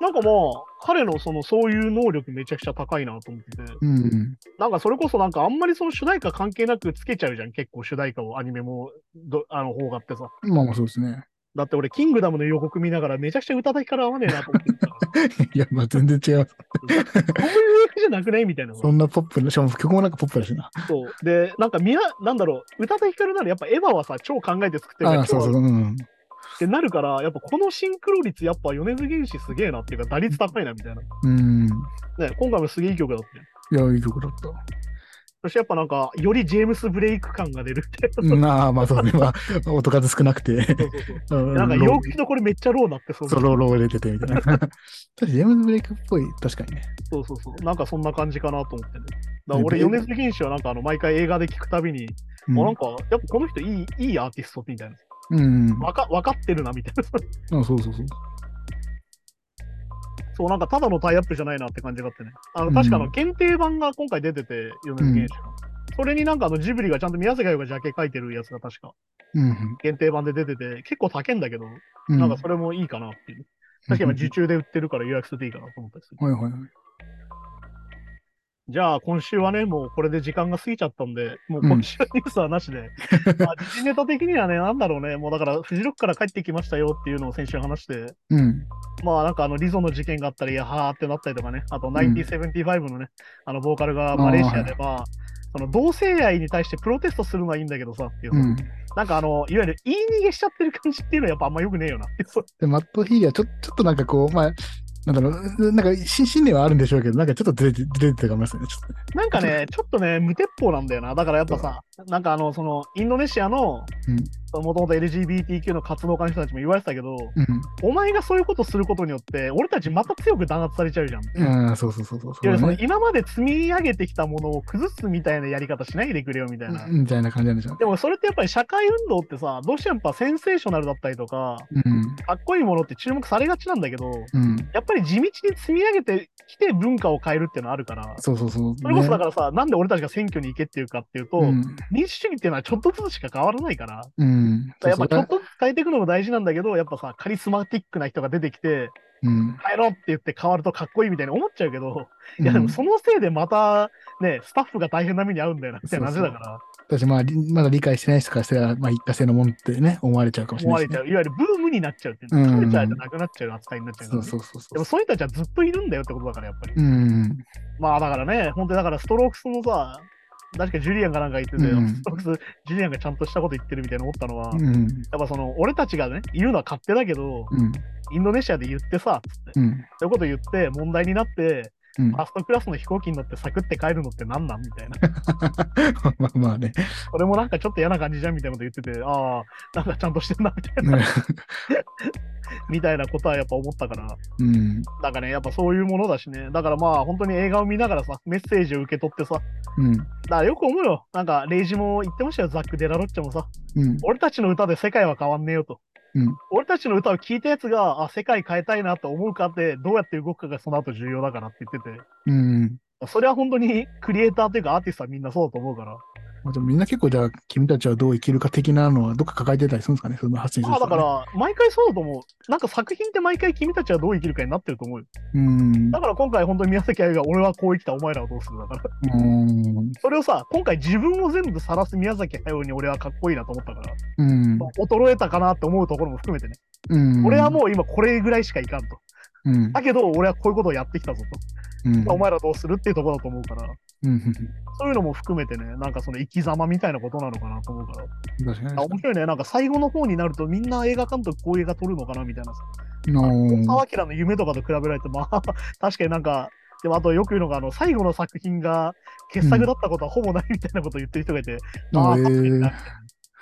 Speaker 2: なんかまあ、彼のその、そういう能力めちゃくちゃ高いなと思ってて、
Speaker 3: うん。
Speaker 2: なんかそれこそなんかあんまりその主題歌関係なくつけちゃうじゃん、結構主題歌をアニメもど、あの方がってさ。
Speaker 3: まあまあそうですね。
Speaker 2: だって俺、キングダムの予告見ながらめちゃくちゃ歌だけから合わねえなと思って た。
Speaker 3: いや、まあ全然違います。
Speaker 2: こういうわけじゃなくないみたいな。
Speaker 3: そんなポップな、しかも曲もなんかポップだしな。
Speaker 2: そうで、なんかみな、なんだろう、歌多田ヒカルならやっぱエヴァはさ、超考えて作ってるか
Speaker 3: あ
Speaker 2: ら
Speaker 3: あ、そうそう、うん。
Speaker 2: ってなるから、やっぱこのシンクロ率、やっぱ米津玄師すげえなっていうか、打率高いなみたいな。
Speaker 3: うん。
Speaker 2: ね、今回もすげえいい曲だって。
Speaker 3: いや、いい曲だった。
Speaker 2: そしてやっぱなんか、よりジェームス・ブレイク感が出るみたいな。
Speaker 3: まあまあそうね、まあ、音数少なくて。
Speaker 2: そうそうそう
Speaker 3: うん
Speaker 2: なんか、
Speaker 3: ロー
Speaker 2: 陽気のこれめっちゃローなってそう
Speaker 3: そう、ローロー入れててみたいな。確 かに、ジェームズ・ブレイクっぽい、確かにね。
Speaker 2: そうそうそう。なんかそんな感じかなと思ってね。だから
Speaker 3: ね
Speaker 2: 俺、
Speaker 3: で
Speaker 2: 米津玄師はなんかあの毎回映画で聞くたびに、
Speaker 3: うん
Speaker 2: あなんか、やっぱこの人いいいいアーティストみたいな。
Speaker 3: うん。あ
Speaker 2: わかわかってるなみたいな。
Speaker 3: そうそうそう。
Speaker 2: そう、なんかただのタイアップじゃないなって感じがあってね。あ
Speaker 3: う
Speaker 2: の
Speaker 3: ん
Speaker 2: 確かあの限定版が今回出てて、米津玄師の。それになんかあのジブリがちゃんと宮崎駿がジャケ描いてるやつが確か
Speaker 3: うん。
Speaker 2: 限定版で出てて、結構高いんだけど、
Speaker 3: うん。
Speaker 2: なんかそれもいいかなっていう。確か今受注で売ってるから予約するといいかなと思ったりする。
Speaker 3: はいはいはい。
Speaker 2: じゃあ今週はね、もうこれで時間が過ぎちゃったんで、もう今週はニュースはなし で、まあ時事ネタ的にはね、なんだろうね、もうだからフジロックから帰ってきましたよっていうのを先週話して、
Speaker 3: うん。
Speaker 2: まあなんかあのリゾの事件があったり、いやはーってなったりとかね、あと
Speaker 3: ん
Speaker 2: 1975のね、あのボーカルが
Speaker 3: ー
Speaker 2: マレーシアでまあ、その同性愛に対してプロテストするのはいいんだけどさっていう、
Speaker 3: うん。
Speaker 2: なんかあの、いわゆる言い逃げしちゃってる感じっていうのはやっぱあんま良くねえよなっていうそう
Speaker 3: で、マット・ヒーリーはちょ、ちょっとなんかこう、まあ、なんだろう、なんか、し信念はあるんでしょうけど、なんかちょっとずれて、ずれてたかもしれないですね。ちょっ
Speaker 2: なんかね、ちょっとね、無鉄砲なんだよな。だからやっぱさ、なんかあの、その、インドネシアの、
Speaker 3: うん
Speaker 2: もともと LGBTQ の活動家の人たちも言われてたけど、
Speaker 3: とね。
Speaker 2: お前がそういうことすることによって、俺たちまた強く弾圧されちゃうじゃん。
Speaker 3: うん。ああ、そうそうそうそう。
Speaker 2: い
Speaker 3: そ
Speaker 2: や
Speaker 3: う
Speaker 2: その
Speaker 3: だね。
Speaker 2: 今まで積み上げてきたものを崩すみたいなやり方しないでくれよみたいな。
Speaker 3: みたいな感じなんでしょうね。
Speaker 2: でもそれってやっぱり社会運動ってさ、どうしてもやっぱセンセーショナルだったりとか、
Speaker 3: うん。
Speaker 2: かっこいいものって注目されがちなんだけど、
Speaker 3: うん。
Speaker 2: やっぱり地道に積み上げてきて文化を変えるっていうのはあるから、
Speaker 3: そうそうそう。
Speaker 2: それこそだ
Speaker 3: か
Speaker 2: からさ、なんで俺たちが選挙に行けっていうかっていうと、
Speaker 3: うん。
Speaker 2: 民主主義っていうのはちょっとずつしか変わらないから、
Speaker 3: うん。
Speaker 2: やっぱちょっとずつ変えていくのも大事なんだけど、やっぱさ、カリスマティックな人が出てきて、
Speaker 3: うん。
Speaker 2: 変えろって言って変わるとかっこいいみたいに思っちゃうけど、いや
Speaker 3: う
Speaker 2: で
Speaker 3: ん
Speaker 2: もそのせいでまたね、スタッフが大変な目に遭うんだよなみたいな話だから、
Speaker 3: 私、まあ、りまだ理解してない人からしたら、まあ、一過性のもんってね、思われちゃうかもしれ
Speaker 2: 思
Speaker 3: な
Speaker 2: われ
Speaker 3: いです
Speaker 2: ちゃ
Speaker 3: ね。
Speaker 2: う、いわゆるブームになっちゃうっていう、
Speaker 3: うん
Speaker 2: カルチャーじゃなくなっちゃう扱いになっちゃうから
Speaker 3: そう
Speaker 2: ね、
Speaker 3: そうそ
Speaker 2: で
Speaker 3: うそ
Speaker 2: も
Speaker 3: う。
Speaker 2: そういう人たちはずっといるんだよってことだから、やっぱり。
Speaker 3: うん。
Speaker 2: まあだからね、本当にだからストロークスのさ、確かジュリアンがなんか言ってて、
Speaker 3: うん
Speaker 2: ストロークス、ジュリアンがちゃんとしたこと言ってるみたいな思ったのは、やっ
Speaker 3: うん。
Speaker 2: ぱその、俺たちがね、言うのは勝手だけど、
Speaker 3: うん。
Speaker 2: インドネシアで言ってさ、つって、
Speaker 3: うん。
Speaker 2: そういうこと言って、問題になって、
Speaker 3: うん
Speaker 2: ファーストクラスの飛行機に乗ってサクって帰るのってなんなんみたいな。
Speaker 3: まあまあね。
Speaker 2: それもなんかちょっと嫌な感じじゃんみたいなこと言ってて、ああ、なんかちゃんとしてんなみたいな、みたいなことはやっぱ思ったから、
Speaker 3: うん。
Speaker 2: なんかね、やっぱそういうものだしね、だからまあ本当に映画を見ながらさ、メッセージを受け取ってさ、
Speaker 3: うん。
Speaker 2: だからよく思うよ、なんかレイジも言ってましたよ、ザック・デラロッチャもさ、
Speaker 3: うん。
Speaker 2: 俺たちの歌で世界は変わんねえよと。
Speaker 3: うん
Speaker 2: 俺たちの歌を聴いたやつが、あ、世界変えたいなと思うかって、どうやって動くかがその後重要だからって言ってて、
Speaker 3: うん。
Speaker 2: それは本当に クリエイターというかアーティストはみんなそうだと思うから、
Speaker 3: まあ、でもみんな結構じゃあ、君たちはどう生きるか的なのはどっか抱えてたりするんですかね、その発信す
Speaker 2: ま
Speaker 3: る
Speaker 2: あ
Speaker 3: 人
Speaker 2: だ
Speaker 3: は
Speaker 2: か
Speaker 3: ね
Speaker 2: ら、毎回そうだと思う。なんか作品って毎回君たちはどう生きるかになってると思うよ。
Speaker 3: うん。
Speaker 2: だから今回本当に宮崎あゆが俺はこう生きたお前らはどうするだから。
Speaker 3: うん。
Speaker 2: それをさ、今回自分を全部晒す宮崎あゆに俺はかっこいいなと思ったから、
Speaker 3: うん。
Speaker 2: 衰えたかなって思うところも含めてね、
Speaker 3: うん。
Speaker 2: 俺はもう今これぐらいしかいかんと。
Speaker 3: うん。うん。
Speaker 2: だけど俺はこういうことをやってきたぞと。
Speaker 3: うん。
Speaker 2: お前らどうするっていうところだと思うから、
Speaker 3: うん。
Speaker 2: そういうのも含めてね、なんかその生き様みたいなことなのかなと思うから。
Speaker 3: 確
Speaker 2: あ
Speaker 3: か
Speaker 2: 面白いね、なんか最後の方になるとみんな映画監督こういう映画撮るのかなみたいなさ。
Speaker 3: に。の
Speaker 2: 沢明の夢とかと比べられて、まあ、確かになんか、でもあとよく言うのが、あの、最後の作品が傑作だったことはほぼないみたいなことを言ってる人がいて、ああ、
Speaker 3: え
Speaker 2: 確かにな
Speaker 3: ー
Speaker 2: みたいな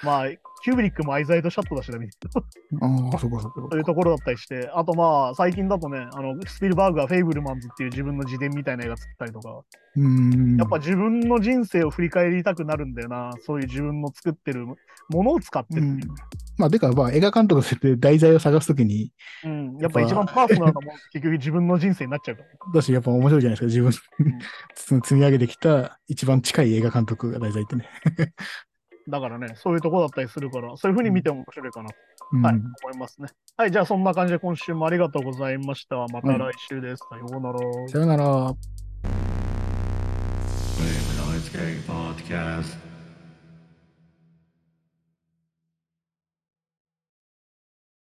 Speaker 2: まあ、キューブリックもアイザイドシャットだしなみたいな、
Speaker 3: ああ、そこそこ
Speaker 2: と。いうところだったりして、あとまあ、最近だとね、あの、スピルバーグがフェイブルマンズっていう自分の自伝みたいな映画作ったりとか、
Speaker 3: うん。
Speaker 2: やっぱ自分の人生を振り返りたくなるんだよな、そういう自分の作ってるものを使って
Speaker 3: う。
Speaker 2: るっていうん
Speaker 3: まあ、てか、まあ、映画監督として題材を探すときに、
Speaker 2: うん、やっぱ一番パーソナルなもの、結局自分の人生になっちゃうから。
Speaker 3: だし、やっぱ面白いじゃないですか、自
Speaker 2: ん
Speaker 3: 分、その積み上げてきた一番近い映画監督が題材ってね。
Speaker 2: だからね、そういうとこだったりするから、そういうふうに見ても面白いかなと、
Speaker 3: うん
Speaker 2: はい、思いますね。はい、じゃあそんな感じで今週もありがとうございました。また来週です。さようなら。
Speaker 3: さよなら。
Speaker 1: Flame and Ice Game Podcast.